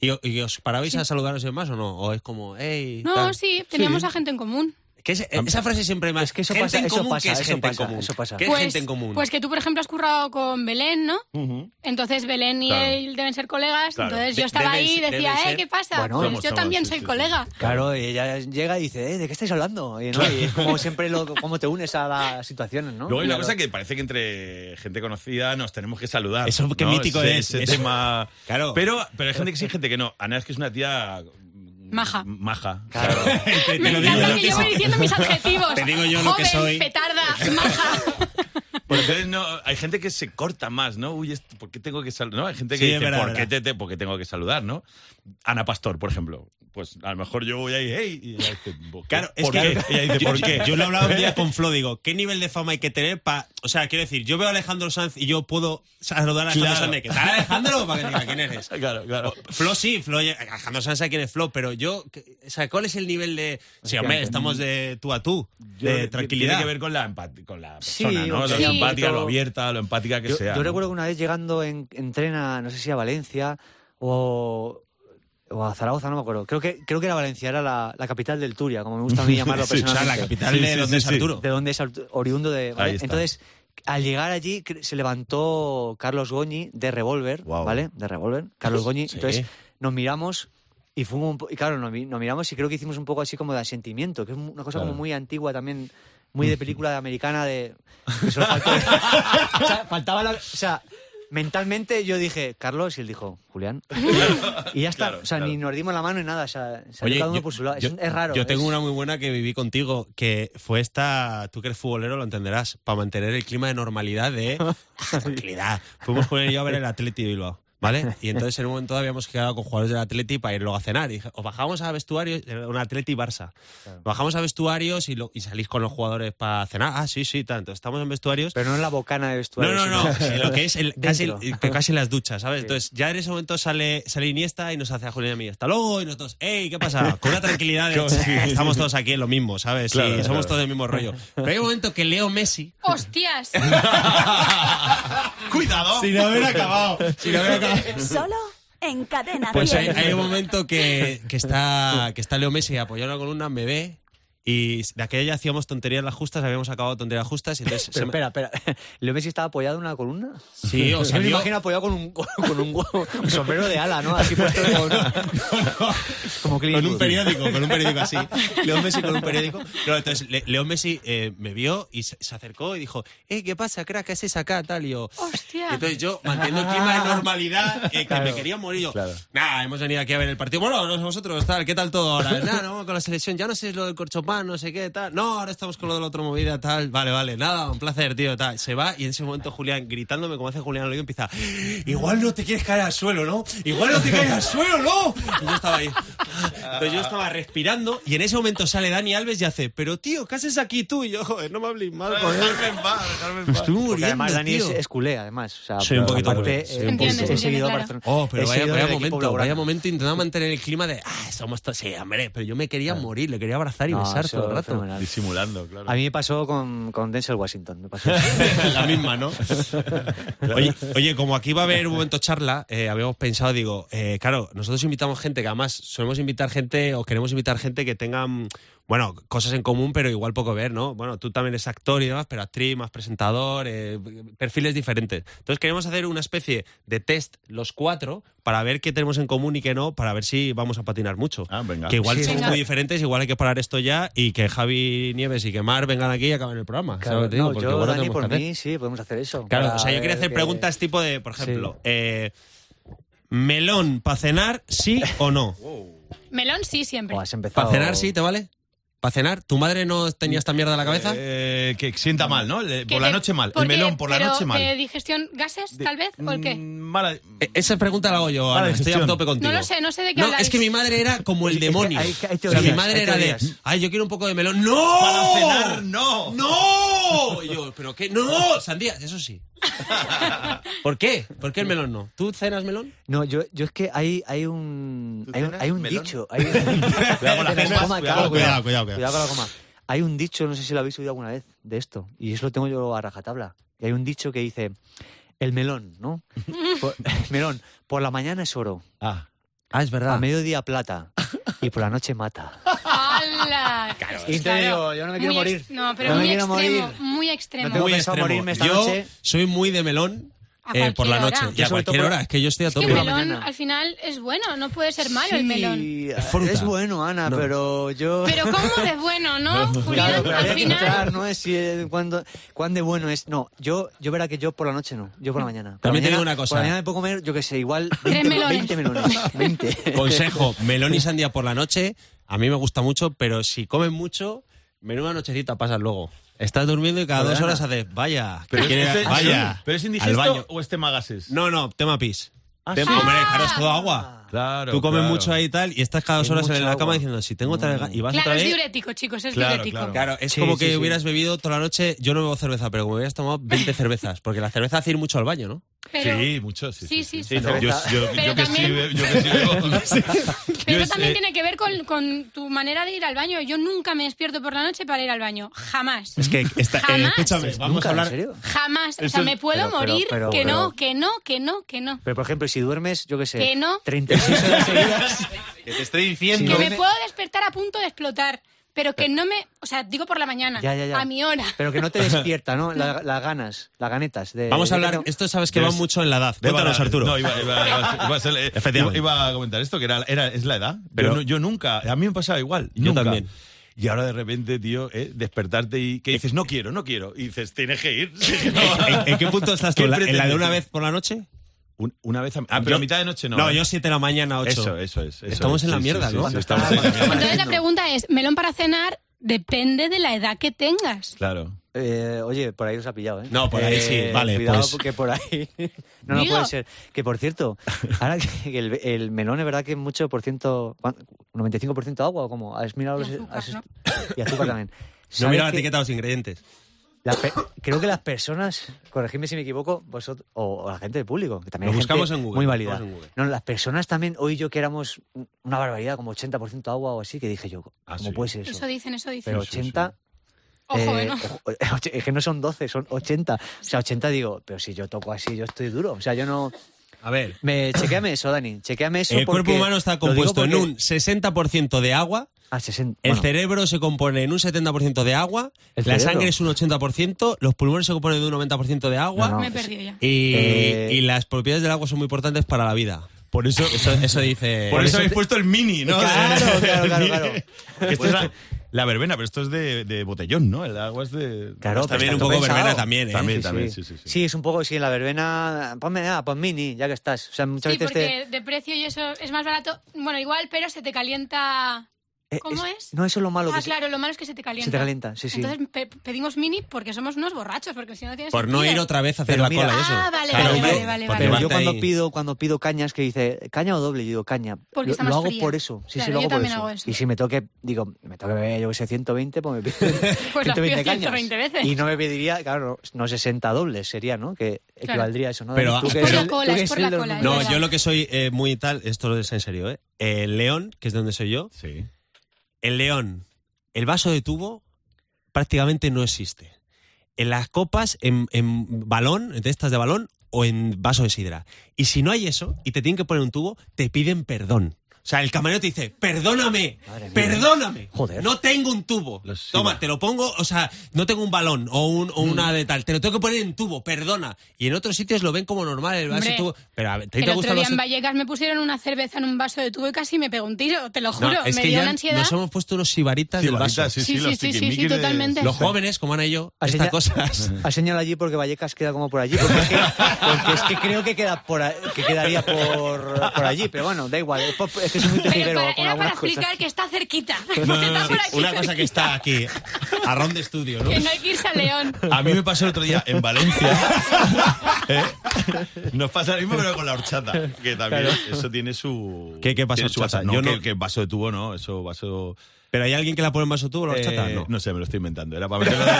S9: ¿Y, o- y os parabais a saludaros y demás o no? ¿O es como, hey?
S7: No, sí, teníamos a gente en común.
S9: Que ese- esa frase siempre más.
S2: Es que eso
S9: gente
S2: pasa,
S9: en
S2: eso
S9: común,
S2: pasa,
S9: ¿qué es
S2: eso
S9: gente
S2: pasa,
S9: en común?
S2: eso pasa.
S9: ¿Qué es
S7: pues,
S9: gente en común?
S7: Pues que tú, por ejemplo, has currado con Belén, ¿no?
S6: Ujú.
S7: Entonces Belén y
S6: Claro.
S7: él deben ser colegas.
S6: Claro.
S7: Entonces
S9: De-
S7: yo estaba
S9: deben
S7: ahí y
S9: ser-
S7: decía,
S9: deben
S7: eh,
S9: ser-
S7: ¿qué pasa?
S2: Bueno,
S7: pues
S6: somos,
S7: yo
S6: somos,
S7: también
S6: sí,
S7: soy
S6: sí, sí.
S7: colega.
S2: Claro, y ella llega y dice, eh, ¿de qué estáis hablando? Y, ¿no? y es como siempre lo, como te unes a las situaciones, ¿no?
S6: Luego hay una
S2: Claro.
S6: cosa que parece que entre gente conocida nos tenemos que saludar.
S1: Eso qué
S6: ¿no?
S1: mítico
S6: Ese-
S1: es,
S6: ese
S1: eso.
S6: tema-
S1: Claro.
S6: Pero, pero hay gente que sí, hay gente que no. Ana es que es una tía. mm,
S7: Maja.
S6: Maja.
S2: Claro.
S1: Te- te
S7: Me
S1: lo digo
S7: encanta
S1: yo
S7: que
S1: que
S7: yo voy
S1: sí.
S7: diciendo
S6: [LAUGHS]
S7: mis adjetivos.
S1: Te digo yo
S7: Joven,
S1: lo que soy.
S7: petarda, maja.
S6: Pues entonces no, hay gente que se corta más, ¿no? Uy, esto, ¿por qué tengo que saludar? ¿No? Hay gente que
S1: Sí, es
S6: dice,
S1: verdad,
S6: ¿por, qué
S1: verdad.
S6: te, te- por qué tengo que saludar, no? Ana Pastor, por ejemplo. Pues a lo mejor yo voy ahí, hey, y ella dice, ¿por qué?
S1: Claro, es
S6: ¿Por
S1: que
S6: qué? Ella dice,
S1: yo,
S6: ¿por qué?
S1: Yo lo hablaba un
S6: [LAUGHS]
S1: día con Flo, digo, ¿qué nivel de fama hay que tener para. O sea, quiero decir, yo veo a Alejandro Sanz y yo puedo saludar a Alejandro
S6: Claro.
S1: Sanz. de que tal Alejandro? Para que diga quién eres.
S6: [LAUGHS] Claro, claro.
S1: Flo sí, Flo, Alejandro Sanz sabe quién es Flo, pero yo. O sea, ¿cuál es el nivel de. Sí, hombre, estamos de tú a tú,
S6: Yo creo
S1: de
S6: que
S1: tranquilidad.
S6: Tiene que ver con la, empat- con la
S2: Sí,
S6: persona, ¿no?
S2: hombre,
S6: Lo
S7: sí.
S6: empática, lo
S2: Yo-
S6: abierta, lo empática que
S2: yo,
S6: sea.
S2: yo
S6: ¿no?
S2: recuerdo que una vez llegando en, en tren a, no sé si a Valencia o, o a Zaragoza, no me acuerdo. Creo que, creo que era Valencia, era la, la capital del Turia, como me gusta a
S6: [LAUGHS]
S2: mí llamarlo
S6: Sí, o sea, la
S1: o sea, la
S2: personalmente.
S1: capital
S6: Sí,
S1: de
S6: sí,
S1: donde
S6: sí,
S1: es
S6: sí.
S1: Arturo.
S2: de donde es Artu- oriundo de ¿vale?
S6: Ahí está.
S2: entonces al llegar allí cre- se levantó Carlos Goñi de Revolver
S6: Guau.
S2: vale de Revolver Carlos Goñi entonces nos miramos y fuimos un po- y claro nos, mi- nos miramos y creo que hicimos un poco así como de asentimiento que es una cosa como muy antigua también muy
S1: [LAUGHS]
S2: de película de americana de que solo faltó- [LAUGHS] o sea, faltaba la o sea mentalmente yo dije Carlos y él dijo
S1: [LAUGHS]
S2: Julián y ya está
S6: Claro,
S2: o sea ni
S6: claro.
S2: nos dimos la mano ni nada o sea salió cada uno por su lado
S1: yo-
S2: es, es raro
S1: Yo tengo
S2: es-
S1: una muy buena que viví contigo, que fue esta, tú que eres futbolero lo entenderás, para mantener el clima de normalidad
S2: [LAUGHS]
S1: de tranquilidad. Fuimos con yo a ver el Atleti de Bilbao. ¿Vale? Y entonces en un momento habíamos quedado con jugadores del Atleti para ir luego a cenar. Y dije, os bajamos a vestuarios, era un Atleti Barça. Bajamos a vestuarios y, lo- y salís con los jugadores para cenar. Ah, sí, sí, tanto. Estamos en vestuarios.
S2: pero no en la bocana de
S1: No,
S2: vestuario
S1: no,
S2: sino- [LAUGHS]
S1: no. [LAUGHS] sí, Lo que es el, casi,
S2: Dentro.
S1: el- que casi las duchas, ¿sabes? Entonces, ya en ese momento sale, sale Iniesta y nos hace a Julián y a mí. Hasta luego. Y nosotros, ¡ey, qué pasa! [LAUGHS] Con una tranquilidad de. "Eh, Estamos todos aquí en lo mismo, ¿sabes?
S6: Claro,
S1: y somos
S6: claro.
S1: todos del mismo rollo. Pero hay un momento que Leo [LAUGHS] Messi.
S7: Hostias.
S1: ¡Cuidado! Sin haber acabado. Sin haber acabado.
S8: Solo en Cadena
S1: Pues hay,
S8: 100.
S1: hay un momento que, que está, que está Leo Messi apoyado en la columna, me ve. Y de aquella ya hacíamos tonterías las justas, habíamos acabado tonterías justas. Y entonces se
S2: Pero
S1: me-
S2: espera, espera. [LAUGHS] ¿Leo Messi estaba apoyado en una columna?
S1: Sí,
S2: [LAUGHS]
S1: o sea,
S2: Yo me
S1: vio-
S2: imagino apoyado con un, [LAUGHS] con un, un sombrero de ala, ¿no?
S1: [LAUGHS]
S2: Así puesto como, como Clint
S1: con un
S2: Eastwood.
S1: periódico, con un periódico [LAUGHS] así. Leo Messi con un periódico. No, entonces Le- Leo Messi eh, me vio y se, se acercó y dijo, eh, ¿qué pasa, crack? ¿Qué haces acá? Tal, y yo...
S7: Hostia.
S1: Entonces yo, manteniendo el clima de normalidad, eh, [LAUGHS] que
S2: Claro.
S1: me quería morir yo. Nada, hemos venido aquí a ver el partido. Bueno, no, vosotros, tal, ¿qué tal todo [LAUGHS] ahora? Nada, no, con la selección, ya no sé lo del corchopán, no sé qué, tal. No, ahora estamos con lo de la otra movida, tal. Vale, vale, nada, un placer, tío, tal. Se va y en ese momento Julián, gritándome como hace Julián al oído, empieza, igual no te quieres caer al suelo, ¿no? Igual no te caes al suelo, ¿no? Y yo estaba ahí. Entonces yo estaba respirando y en ese momento sale Dani Alves y hace, pero tío, ¿qué haces aquí tú? Y yo, joder, no me habléis mal, joder.
S6: Dejarme en paz, dejarme en
S1: Me
S6: paz.
S1: estoy
S2: Porque
S1: muriendo,
S2: además Dani es,
S1: tío.
S2: es culé, además. O sea,
S1: Soy un
S2: pero
S1: poquito
S2: aparte,
S1: culé, soy un
S2: eh,
S7: poquito
S2: he
S7: culé.
S2: seguidor
S7: Entiendo,
S2: Barcelona.
S1: Oh, pero
S2: He
S1: vaya,
S2: seguidor
S1: vaya
S2: del equipo
S1: momento, vaya
S2: blaugrana.
S1: momento intentando mantener el clima de, ah, somos todos, sí, hombre, pero yo me quería morir, le quería abrazar y
S2: No,
S1: besar
S2: eso
S1: todo el
S2: es
S1: rato.
S2: fenomenal.
S6: Disimulando, claro.
S2: A mí me pasó con, con Denzel Washington.
S1: [LAUGHS]
S2: Me pasó.
S1: La misma, ¿no? [LAUGHS] oye, oye, como aquí va a haber un momento charla, eh, habíamos pensado, digo, eh, claro, nosotros invitamos gente que además solemos invitar gente o queremos invitar gente que tengan, bueno, cosas en común, pero igual poco ver, ¿no? Bueno, tú también eres actor y demás, pero actriz, más presentador, eh, perfiles diferentes. Entonces queremos hacer una especie de test los cuatro para ver qué tenemos en común y qué no, para ver si vamos a patinar mucho.
S6: Ah, venga.
S1: Que igual
S2: Sí,
S1: somos
S7: venga.
S1: muy diferentes, igual hay que parar esto ya y que Javi Nieves y que Mar vengan aquí y acaben el programa. ¿sabes lo
S2: Claro,
S1: que te digo?
S2: no,
S1: Porque
S2: yo,
S1: igual lo
S2: Dani,
S1: tenemos
S2: por
S1: que hacer.
S2: mí, sí, podemos hacer eso.
S1: Claro,
S2: Para
S1: o sea, yo quería
S2: ver
S1: hacer
S2: que-
S1: preguntas tipo de, por ejemplo, eh, melón para cenar, sí o
S2: [LAUGHS]
S1: no.
S7: Melón sí siempre.
S2: Oh, has empezado-
S1: Para cenar, sí, ¿te vale? Para cenar, ¿tu madre no tenía esta mierda en la cabeza?
S6: Eh, que sienta mal, ¿no? Le-
S7: Que
S6: Por la
S7: te-
S6: noche mal. El
S7: porque-
S6: melón por la
S7: pero
S6: noche
S7: ¿De
S6: mal.
S7: digestión gases, tal vez? ¿O el
S6: Mm,
S7: qué?
S6: Mala.
S1: Eh, Esa pregunta la hago yo, Ana,
S6: Vale,
S1: estoy a
S6: gestión.
S1: tope contigo.
S7: No lo sé, no sé de qué
S1: No,
S7: habláis.
S1: es que mi madre era como el
S2: Es que
S1: demonio.
S2: hay- hay
S1: O sea, mi
S2: teorías,
S1: madre
S2: hay
S1: era de,
S2: teorías.
S1: ay, yo quiero un poco de melón. ¡No!
S6: Para cenar, no.
S1: ¡Oh! ¡No! Y yo, ¿pero qué? ¡No! Sandía, eso sí. ¿Por qué? ¿Por qué el melón no? ¿Tú cenas melón?
S2: No, yo, yo es que hay, hay un.
S6: ¿Tú
S2: Hay un,
S6: cenas
S2: hay un
S6: melón? [LAUGHS]
S2: dicho. Hay un... [LAUGHS]
S6: Cuidado con las
S2: Pero
S6: comas,
S2: coma, claro,
S6: cuidado, cuidado,
S1: cuidado,
S2: cuidado,
S1: cuidado.
S2: cuidado con la coma. Hay un dicho, no sé si lo habéis oído alguna vez, de esto, y eso lo tengo yo a rajatabla. Y hay un dicho que [LAUGHS]
S7: [LAUGHS]
S2: dice, el melón, ¿no? Por- melón, por la mañana es oro,
S6: Ah,
S1: Ah, es
S2: A
S1: verdad.
S2: mediodía plata y por la noche mata.
S7: ¡Hala!
S2: Y te digo, yo no me quiero
S7: Muy ex-
S2: morir.
S7: No, pero
S2: No me
S7: muy
S2: quiero
S7: extremo,
S2: morir.
S7: muy extremo.
S2: No tengo
S1: muy
S2: pensado
S1: extremo.
S2: morirme esta
S1: yo
S2: noche.
S1: soy muy de melón
S7: A
S1: eh, por la
S7: cualquier
S1: noche.
S7: hora.
S1: Y
S2: Yo
S1: a
S2: sobre todo
S1: cualquier
S2: por-
S1: hora. Es que yo estoy a
S7: Es que
S1: tope.
S6: [LAUGHS]
S7: el
S2: por la
S7: melón
S2: mañana.
S7: al final es bueno, no puede ser malo el melón.
S2: Sí,
S1: Es fruta.
S2: Es bueno, Ana,
S1: No.
S2: pero yo...
S7: Pero cómo de bueno, ¿no?
S2: Claro,
S7: Julián,
S2: pero
S7: al
S2: habría que
S7: final.
S2: entrar, ¿no? Es si, eh, cuándo, cuán de bueno es. No, yo, yo verá que yo por la noche no, yo por la mañana. Por
S1: También
S2: la
S1: te digo
S2: mañana-
S1: una cosa.
S2: Por la mañana me puedo comer, yo qué sé, igual 20,
S7: Tres melones.
S2: 20 melones.
S1: [LAUGHS]
S2: 20.
S1: Consejo, melón y sandía por la noche, a mí me gusta mucho, pero si comes mucho, menuda nochecita pasas luego. Estás durmiendo y cada dos horas haces, vaya, que
S6: Pero,
S1: quiere-
S6: es,
S1: vaya,
S6: pero es
S1: al
S6: indigesto
S1: baño.
S6: o es tema gases.
S1: No, no, tema pis.
S6: Ah,
S1: Tema-
S6: sí. Ah.
S1: Hombre, claro, es todo agua.
S6: Claro,
S1: Tú comes
S6: claro.
S1: mucho ahí y tal, y estás cada dos
S2: Hay
S1: horas en
S2: mucha
S1: la
S2: agua.
S1: cama diciendo, si tengo otra vez ga-", y vas
S7: Claro,
S1: otra
S7: es
S1: vez.
S7: diurético, chicos, es
S6: Claro,
S7: diurético.
S6: claro.
S1: Claro, es
S2: Sí,
S1: como
S2: sí,
S1: que
S2: sí.
S1: hubieras bebido toda la noche, yo no bebo cerveza, pero como hubieras tomado 20 cervezas, porque la cerveza hace ir mucho al baño, ¿no?
S7: Pero,
S6: sí, mucho. Sí,
S7: Sí, sí, sí.
S6: no, yo, yo-
S7: Pero
S6: yo que sí,
S7: también-
S6: be- yo que sí bebo. sí.
S7: pero
S6: Yo es,
S7: también
S6: eh,
S7: tiene que ver con, con tu manera de ir al baño. Yo nunca me despierto por la noche para ir al baño. Jamás.
S1: Es que está, eh,
S7: Jamás.
S1: escúchame, vamos
S2: Nunca,
S1: a hablar.
S2: ¿En serio?
S7: Jamás. O
S6: Eso
S7: sea,
S6: es-
S7: me puedo
S2: pero- pero-
S7: morir.
S2: pero-
S7: que no,
S2: pero-
S7: que no, que no, que no.
S2: Pero, por ejemplo, si duermes, yo qué sé,
S7: Que no.
S2: 36
S7: [LAUGHS]
S2: horas seguidas...
S1: Que te estoy
S2: si
S1: diciendo.
S7: Que me
S2: duermes-
S7: puedo despertar a punto de explotar. Pero que no me. O sea, digo por la mañana.
S2: Ya, ya, ya.
S7: A mi hora.
S2: Pero que no te despierta, ¿no? La- Las ganas, las ganetas. de-
S1: Vamos a
S2: de-
S1: hablar, esto sabes que va
S6: Debes-
S1: mucho en la edad.
S6: Deba-
S1: Cuéntanos, Arturo.
S6: No, iba, iba- iba- iba a ser- eh,
S1: Efectivamente.
S6: iba a comentar esto, que era, era- es la edad.
S1: Pero-
S6: yo, no- yo nunca, a mí me pasaba igual.
S1: Yo
S6: nunca.
S1: también.
S6: Y ahora de repente, tío, eh, despertarte y que dices, no quiero, no quiero. Y dices, tienes que ir. [LAUGHS]
S1: ¿En, en qué [LAUGHS] punto estás tú?
S6: ¿Qué
S1: ¿En la- ¿En la de
S6: pretendes?
S1: una vez por la noche?
S6: Un- una vez a, ah, pero
S1: Yo-
S6: a mitad de noche no.
S1: No,
S6: ¿eh?
S1: yo 7 de la mañana, 8.
S6: Eso, eso es. eso
S1: Estamos
S6: es.
S1: en la
S6: Sí,
S1: mierda,
S6: sí,
S1: ¿no?
S6: sí, sí, estamos en la
S7: [LAUGHS]
S6: mierda.
S7: Entonces la pregunta es: ¿melón para cenar? Depende de la edad que tengas.
S6: Claro.
S2: Eh, oye, por ahí os ha pillado, ¿eh?
S1: No, por ahí
S2: Eh,
S1: sí, vale,
S2: Cuidado
S1: pues.
S2: porque por ahí. [LAUGHS] No, no
S7: Digo.
S2: puede ser. Que
S1: [LAUGHS]
S2: por cierto, ahora que el, el melón es verdad que es mucho por ciento. ¿cuán- ¿95% agua o cómo? ¿Has mirado
S7: Y
S2: los-
S7: azúcar,
S2: has-
S7: ¿no?
S2: [LAUGHS] Y
S1: [LAUGHS]
S2: azúcar también.
S1: No
S2: ¿Sabes
S1: mira la
S2: que
S1: etiqueta de los ingredientes.
S2: las pe- creo que las personas, corregidme si me equivoco, vosotros, o, o la gente del público, que
S1: Lo
S2: también hay gente
S1: buscamos en Google,
S2: Muy
S1: lo
S2: válida.
S1: buscamos en Google.
S2: No, las personas también, hoy yo que éramos una barbaridad, como 80% agua o así, que dije yo, ¿cómo
S6: Ah, sí.
S2: puede ser eso?
S7: Eso dicen, eso dicen.
S2: Pero
S6: Sí, sí, sí.
S2: 80.
S7: Ojo,
S2: Eh, [LAUGHS]
S7: ¿no?
S2: ojo, es que no son 12, son 80. O sea, 80 digo, pero si yo toco así, yo estoy duro. O sea, yo no...
S1: A ver,
S2: Me, chequeame eso, Dani. Chequeame eso
S1: el
S2: porque-
S1: cuerpo humano está
S2: lo digo
S1: compuesto en
S2: porque-
S1: un 60% de agua,
S2: Ah, 60.
S1: el
S2: bueno,
S1: cerebro se compone en un 70% de agua,
S2: ¿El
S1: la
S2: cerebro?
S1: sangre es un 80%, los pulmones se componen de un 90% de agua
S2: No,
S7: Me he
S2: es-
S7: perdido ya.
S1: Y,
S2: Eh,
S1: y las propiedades del agua son muy importantes para la vida.
S6: Por eso.
S1: Eso, eso dice...
S6: Por eso
S2: eso
S6: habéis
S2: te-
S6: puesto el mini, ¿no?
S2: Claro,
S6: [LAUGHS]
S2: claro, claro, claro.
S6: Esto es la, la verbena, pero esto es de, de botellón, ¿no? El agua es de.
S2: Claro,
S6: Está
S2: pero
S6: bien
S1: también
S2: está
S1: un
S2: todo
S1: poco
S2: pensado.
S1: verbena también, ¿eh?
S6: También, también, sí, sí, sí.
S2: es un poco, sí, en la verbena... Ponme, ah, pon mini, ya que estás. O sea, muchas
S7: Sí,
S2: veces te-
S7: porque de precio y eso es más barato. Bueno, igual, pero se te calienta.
S2: eh,
S7: ¿Cómo es?
S2: No, eso es lo malo
S7: ah,
S2: que se-
S7: claro, lo malo es que se te calienta.
S2: se te calienta, sí, sí.
S7: Entonces pe- pedimos mini porque somos unos borrachos, porque si no tienes.
S1: Por no ir otra vez a hacer
S2: Pero
S1: la
S2: mira-
S1: cola y eso.
S7: Ah, vale,
S1: Claro,
S7: vale,
S1: hombre,
S7: vale, vale,
S1: porque
S2: Pero yo
S1: vas
S2: cuando
S1: ahí-
S2: pido, cuando pido cañas que dice caña o doble, yo digo caña.
S7: Porque
S2: Lo-
S7: está
S2: lo
S7: más
S2: hago
S7: fría.
S2: por eso. Sí,
S7: Claro,
S2: sí, lo hago
S7: yo
S2: por
S7: también
S2: eso.
S7: hago eso.
S2: Y si me toque, digo, me toque beber, yo que sé, 120, pues me pido
S7: [LAUGHS] [LAUGHS] Pues las
S2: 120
S7: pido
S2: cañas.
S7: 120 veces.
S2: Y no me pediría, claro, no 60 dobles sería, ¿no? Que
S7: Claro.
S2: equivaldría a eso, ¿no?
S1: Pero
S2: Dani?
S1: es
S2: que
S1: por
S2: eres
S1: la
S2: el- tú
S7: cola,
S2: que
S7: es
S2: eres
S7: por
S2: el
S7: la
S2: de los
S7: cola, es
S2: números.
S1: No,
S7: verdad.
S1: yo lo que soy eh, muy tal, esto lo es en serio, ¿eh? El león, que es de donde soy yo,
S6: Sí.
S1: el león, el vaso de tubo prácticamente no existe. En las copas, en, en balón, de estas de balón o en vaso de sidra. Y si no hay eso y te tienen que poner un tubo, te piden perdón. O sea, el camarero te dice, perdóname,
S2: Madre mía.
S1: perdóname,
S2: Joder.
S1: no tengo un tubo.
S6: Los sidra.
S1: Toma, te lo pongo, o sea, no tengo un balón o, un- o una
S2: Mm.
S1: de tal, te lo tengo que poner en tubo, perdona. Y en otros sitios lo ven como normal el vaso de
S7: Hombre.
S1: tubo. Pero a ver, ¿te,
S7: El
S1: te
S7: otro
S1: gustan
S7: día
S1: los
S7: en Vallecas me pusieron una cerveza en un vaso de tubo y casi me pegó un tiro, te lo
S1: No,
S7: juro.
S1: es
S7: me
S1: que
S7: dio
S1: ya
S7: una ansiedad.
S1: nos hemos puesto unos sibaritas
S6: Sí,
S1: del vaso.
S6: varita, sí, sí,
S7: Sí,
S6: los
S7: sí, sí, sí,
S6: tiquimiquis de-
S7: totalmente.
S1: Los jóvenes, como Ana y yo,
S2: Así
S1: estas
S2: ya- [LAUGHS]
S1: cosas.
S2: Ha señalado allí porque Vallecas queda como por allí, porque
S7: [LAUGHS]
S2: es que, porque es que creo que, queda por, a- que quedaría por, por allí, pero bueno, da igual, es, por- es que soy muy
S7: Pero
S2: tejidero
S7: para-
S2: con
S7: era para
S2: algunas cosas.
S7: explicar que está cerquita. [LAUGHS]
S1: No,
S7: que
S1: no,
S7: está
S1: no,
S7: por
S1: sí,
S7: aquí
S1: una cosa que está aquí, a ron de estudio, ¿no?
S7: Que no hay que irse a León.
S6: A mí me pasó el otro día en Valencia. [LAUGHS] ¿eh? [LAUGHS] Nos pasa lo mismo, pero con la horchata. Que también eso tiene su.
S1: ¿Qué- qué pasa,
S6: tiene su
S1: horchata?
S6: base. No,
S1: Yo
S6: que,
S1: no-
S6: que vaso de tubo no, eso vaso.
S1: Pero hay alguien que la pone en vaso tubo, la horchata,
S6: Eh,
S1: no.
S6: no sé, me lo estoy inventando. Era para [LAUGHS] meterlo de.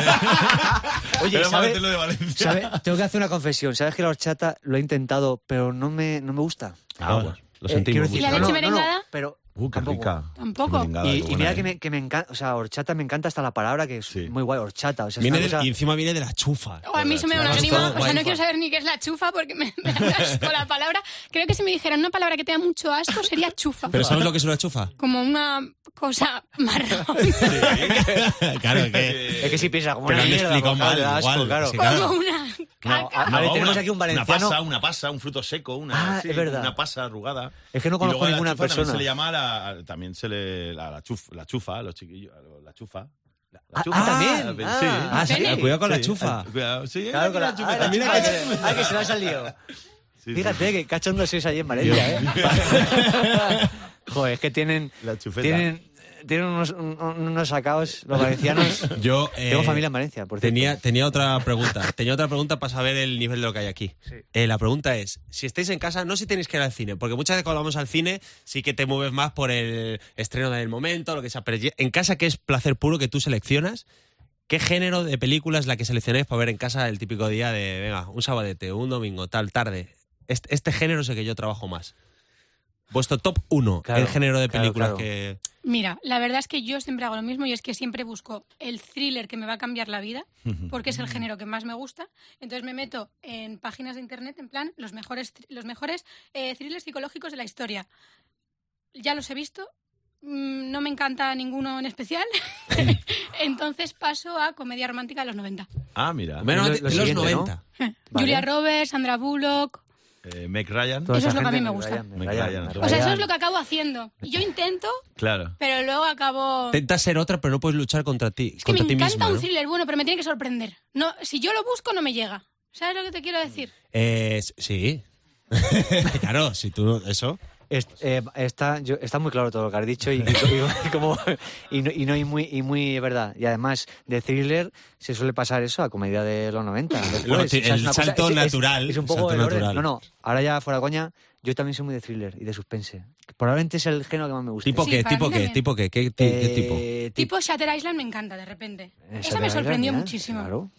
S2: Oye,
S6: era para
S2: ¿sabe-
S6: meterlo de Valencia.
S2: ¿Sabe? Tengo que hacer una confesión. Sabes que la horchata lo he intentado, pero no me, no me gusta.
S6: Ah, bueno, lo
S2: Eh, quiero
S6: sentimos. mucho.
S2: decir,
S7: ¿Y la
S2: no,
S7: leche
S2: no, no, no,
S7: merengada?
S2: pero
S6: Uh, qué
S2: tampoco.
S6: rica.
S7: Tampoco.
S6: Qué merengada,
S2: Y,
S6: qué
S2: y
S6: buena,
S2: mira
S6: eh.
S2: que me, que me encanta, o sea, horchata me encanta hasta la palabra, que es
S6: Sí.
S2: muy guay, horchata. O sea, es
S1: Viene
S2: una
S1: del-
S2: cosa-
S1: y encima viene de Pues la chufa.
S7: O Oh, a mí se me da una
S1: Las
S7: grima,
S1: cosas
S7: o sea, no
S1: guay.
S7: [LAUGHS] quiero saber ni qué es la chufa porque me, me da asco la palabra. Creo que si me dijeran una palabra que te da mucho asco sería chufa.
S1: ¿Pero sabes lo que es una
S7: [LAUGHS]
S1: chufa?
S7: Como una cosa marrón.
S1: claro que...
S2: Es que si piensa como
S1: Pero
S2: una
S1: han
S2: mierda,
S1: explicado
S2: con cara
S1: mal,
S2: de asco,
S1: igual,
S2: claro.
S1: sí,
S7: [LAUGHS] Como
S1: claro.
S7: una
S2: No,
S7: caca.
S2: a- a ver, tenemos aquí un
S6: Una
S2: valenciano.
S6: pasa, una pasa, un fruto seco, una,
S2: Ah,
S6: sí,
S2: es verdad.
S6: una pasa arrugada.
S2: Es que no
S6: Y
S2: conozco
S6: luego a la
S2: ninguna
S6: chufa
S2: persona.
S6: También se le llama la, también se le, la, la chuf- la chufa, a los chiquillos, a los- la chufa. La, la
S2: Ah, ah, también.
S6: sí.
S2: Ah,
S1: Ah, sí,
S7: Pene.
S1: cuidado con la
S6: Sí, Ah,
S1: chufa.
S6: Cuidado, sí,
S2: Claro, con la,
S6: chupeta.
S2: ah, la
S6: Mira
S2: chupa,
S6: que-
S2: que- ah, que se lo ha salido.
S6: Sí, sí.
S2: Fíjate que cachondo sois allí en Valencia, ¿eh? [LAUGHS] Joder, es que tienen.
S6: La chufeta.
S2: Tienen, tienen unos, un- unos sacaos, los
S6: [LAUGHS]
S2: valencianos.
S1: Yo
S2: Tengo
S1: eh,
S2: familia en Valencia, por cierto.
S1: tenía, tenía otra pregunta. Tenía otra pregunta para saber el nivel de lo que hay aquí. Eh, la pregunta es, si estáis en casa, no si tenéis que ir al cine, porque muchas veces cuando vamos al cine sí que te mueves más por el estreno del momento, lo que sea, pero ye- en casa que es placer puro que tú seleccionas, ¿qué género de película es la que seleccionáis para ver en casa el típico día de, venga, un sabadete, un domingo, tal, tarde? Este, este género es el que yo trabajo más. Vuestro top 1,
S2: Claro,
S1: el género de
S2: claro,
S1: películas
S2: claro.
S1: que...
S7: Mira, la verdad es que yo siempre hago lo mismo y es que siempre busco el thriller que me va a cambiar la vida, porque es el género que más me gusta. Entonces me meto en páginas de internet en plan los mejores, thr- los mejores eh, thrillers psicológicos de la historia. Ya los he visto, mm, no me encanta ninguno en especial, [LAUGHS] entonces paso a comedia romántica de los 90.
S6: [LAUGHS] Ah, mira.
S1: Menos
S2: lo-
S1: de
S2: lo
S1: los
S2: siguiente, ¿no?
S1: 90.
S2: Vale.
S7: Julia Roberts, Sandra Bullock.
S6: Eh, Meg Ryan.
S2: Toda
S7: eso
S2: esa
S7: es lo que a
S2: gente
S7: mí me
S2: me
S7: gusta.
S2: rayan, me
S6: Me
S2: rayan,
S6: rayan.
S2: me
S6: O
S7: O sea,
S2: rayan.
S7: eso es lo que acabo haciendo. Yo intento,
S6: Claro.
S7: pero luego acabo...
S1: Intenta ser otra, pero no puedes luchar contra ti.
S7: Es que me
S1: contra ti
S7: encanta
S1: misma,
S7: un
S1: ¿no?
S7: thriller bueno, pero me tiene que sorprender. No, si yo lo busco, no me llega. ¿Sabes lo que te quiero decir?
S1: Eh, s- sí. [LAUGHS] claro, si tú no- eso.
S2: Es- eh, está, yo- está muy claro todo lo que has dicho y, [LAUGHS] y- y como- y no, y no- y muy, y muy es verdad. Y además, de thriller se suele pasar eso a comedia de los 90. después.
S1: Lo- ti- el
S2: es una
S1: salto
S2: es- es-
S1: natural,
S2: Es, un poco
S1: salto
S2: el orden.
S1: natural.
S2: No, no, ahora ya fuera coña, yo también soy muy de thriller y de suspense. Probablemente es el género que más me gusta.
S1: ¿Tipo
S7: Sí,
S1: qué?
S7: para
S1: ¿Tipo
S7: mí
S1: qué?
S7: también.
S1: ¿Tipo qué? ¿Qué, ti- qué tipo?
S2: Eh,
S7: Tipo Shatter Island me encanta de repente.
S2: esa
S7: Esa
S2: de
S7: me
S2: la
S7: sorprendió
S2: Gran, ¿eh?
S7: muchísimo.
S2: Claro.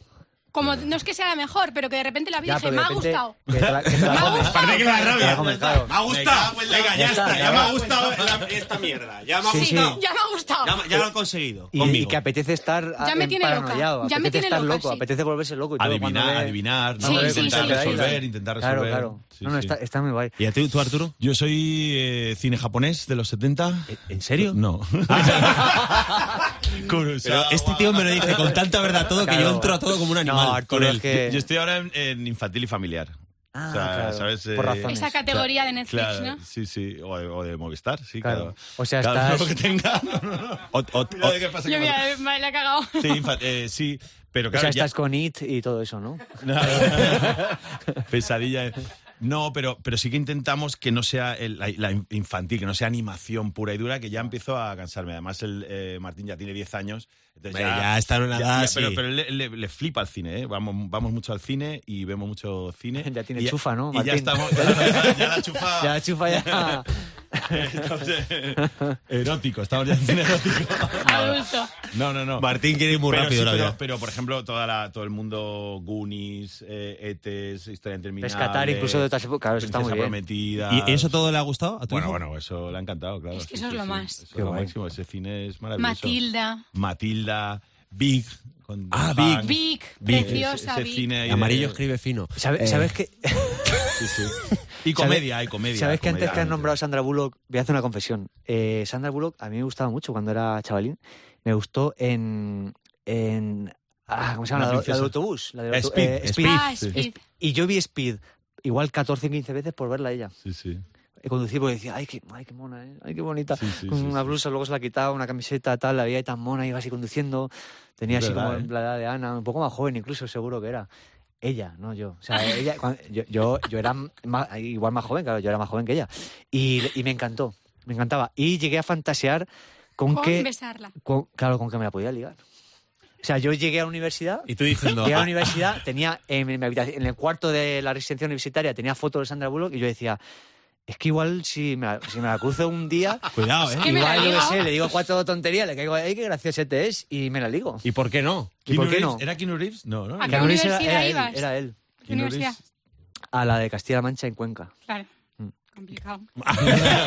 S7: Como no es que sea la mejor, pero que de repente la vi y
S2: Ya,
S7: dije,
S2: pero
S7: me
S2: de
S7: ha
S2: repente-
S7: gustado.
S2: que te la-
S7: [LAUGHS]
S2: que te la
S7: Me ha
S2: comes.
S7: gustado. Parece que le da rabia.
S2: Te la comes, claro.
S1: ha gustado. Venga,
S2: ya está, ya me ha
S1: gustado esta mierda. Ya me
S2: ha Sí, sí. gustado.
S7: Ya me ha gustado.
S1: lo han conseguido.
S2: Y, y que apetece estar
S7: Ya me
S2: en
S7: tiene loca,
S2: paranoiado,
S7: ya me
S2: apetece
S7: tiene
S2: estar
S7: loca,
S2: loco,
S7: sí.
S2: apetece volverse loco y todo, cuando
S6: Adivinar,
S2: ve-
S6: adivinar,
S7: Sí,
S6: ¿no?
S7: sí,
S6: intentar
S7: sí, sí,
S6: resolver,
S7: sí.
S6: intentar resolver.
S2: Claro, claro.
S6: Sí,
S2: no, no,
S6: sí.
S2: Está, está muy guay.
S1: ¿Y a ti, tú, Arturo?
S6: Yo soy eh, cine japonés de los
S2: Eh,
S6: 70.
S1: ¿En serio?
S6: No.
S1: Pero
S6: Kurosawa.
S1: este tío me lo dice con tanta verdad todo que yo
S2: Claro.
S1: entro a todo como un animal
S2: No,
S1: con
S2: Arturo,
S1: él.
S2: es que...
S6: Yo estoy ahora en, en infantil y familiar.
S2: Ah,
S6: o sea,
S2: claro,
S6: ¿sabes? Eh,
S2: por razones.
S7: Esa categoría de Netflix,
S6: Claro,
S7: ¿no?
S6: sí, sí. O de, o de Movistar, sí,
S2: Claro.
S6: claro.
S2: O sea,
S6: Claro,
S2: estás-
S6: lo que tenga. No, no, no. O- o-
S1: Mira
S6: o-
S1: de qué pasa,
S7: Yo mira, eh, me la he cagado.
S6: Sí, infa- eh, sí, pero
S2: o
S6: claro,
S2: sea,
S6: ya-
S2: estás con IT y todo eso, [LAUGHS] ¿no?
S6: Pesadilla. No, pero, pero sí que intentamos que no sea el- la, la infantil, que no sea animación pura y dura, que ya empiezo a cansarme. Además, el eh, Martín ya tiene 10 años. entonces
S1: Hombre, ya está en una edad, sí.
S6: Pero, pero le, le- le flipa el cine, ¿eh? Vamos, vamos mucho al cine y vemos mucho cine.
S2: [LAUGHS] Ya tiene
S6: Y
S2: chufa, ¿no,
S6: Y
S2: Martín?
S6: ya
S2: [LAUGHS]
S6: estamos. Ya, ya la chufa.
S2: Ya chufa [LAUGHS] ya.
S6: estamos, eh, [LAUGHS] erótico, estamos ya en
S2: [LAUGHS]
S6: cine erótico.
S7: Adulto.
S6: No, no, no.
S1: Martín quiere ir muy
S6: Pero,
S1: rápido
S6: sí,
S1: la
S6: pero-
S1: vida.
S6: pero, por ejemplo, toda la, todo el mundo Goonies, eh, ETES, Historia Interminable...
S2: Rescatar incluso de otras épocas. Claro, eso está muy
S6: Princesa
S2: bien.
S6: Prometida...
S1: ¿Y eso todo le ha gustado a tu
S6: Bueno,
S1: hijo?
S6: bueno, eso le ha encantado, claro.
S7: Es que
S6: Sí,
S7: eso es
S6: sí,
S7: lo
S6: sí.
S7: más.
S6: Eso es
S2: Qué
S6: lo
S2: guay.
S6: máximo. Ese cine es maravilloso.
S7: Matilda.
S6: Matilda, Big... con
S1: Ah,
S6: Tom
S1: Big,
S6: Hanks.
S7: Big,
S6: Big,
S7: preciosa, Ah,
S6: ese
S7: Big.
S6: cine ahí de-
S1: Amarillo escribe fino.
S2: ¿Sabes,
S1: Eh,
S2: ¿sabes que,
S6: Sí, sí. Y comedia, hay comedia.
S2: ¿sabes que antes
S6: comedia,
S2: que has
S6: comedia.
S2: nombrado a Sandra Bullock, voy a hacer una confesión. Eh, Sandra Bullock a mí me gustaba mucho cuando era chavalín. Me gustó en. en ah, ¿Cómo se llama? La,
S6: Una
S2: la del
S6: princesa.
S2: autobús. La del auto-
S6: Speed,
S2: eh,
S6: Speed.
S7: Ah,
S6: Sí.
S7: Speed.
S2: Y yo vi Speed igual 14 15 veces por verla a ella.
S6: Sí, sí.
S2: Y conducir porque decía, ay, qué, ay, qué mona, ¿eh? ay, qué bonita.
S6: Sí, sí,
S2: con
S6: sí,
S2: una
S6: sí.
S2: blusa, luego se la quitaba, una camiseta, tal, la veía ahí tan mona, iba así conduciendo. Tenía
S6: Es
S2: así
S6: verdad,
S2: como
S6: ¿eh?
S2: la edad de Ana, un poco más joven incluso, seguro que era. Ella, no yo. O sea, ella, cuan- yo, yo, yo era más- igual más joven, claro, yo era más joven que ella. Y, y me encantó, me encantaba. Y llegué a fantasear con,
S7: Con
S2: que,
S7: besarla.
S2: con- claro, con que me la podía ligar. O sea, yo llegué a la universidad
S1: Y tú
S6: [LAUGHS]
S1: diciendo... [LAUGHS]
S2: Llegué a la
S1: "Ah,
S2: universidad, tenía en, mi habitación- en el cuarto de la residencia universitaria, tenía fotos de Sandra Bullock y yo decía, es que igual si me la, si me la cruzo un
S7: [LAUGHS]
S2: día,
S1: Cuidado, ¿eh?
S7: que me la
S2: igual yo qué
S7: ligo.
S2: sé, le digo cuatro tonterías, le caigo, ay, qué graciosete es, y me la ligo.
S1: ¿Y por qué no?
S2: ¿Y por
S6: Keanu
S2: qué
S6: Reeves,
S2: no?
S6: ¿Era Keanu Reeves? No, no.
S7: ¿A
S2: Que
S7: qué
S2: a Luis era-
S7: universidad
S2: era él,
S7: ibas?
S2: era él.
S7: ¿Qué universidad?
S2: A la de Castilla-La Mancha en Cuenca.
S7: Claro.
S6: [LAUGHS]
S7: Complicado.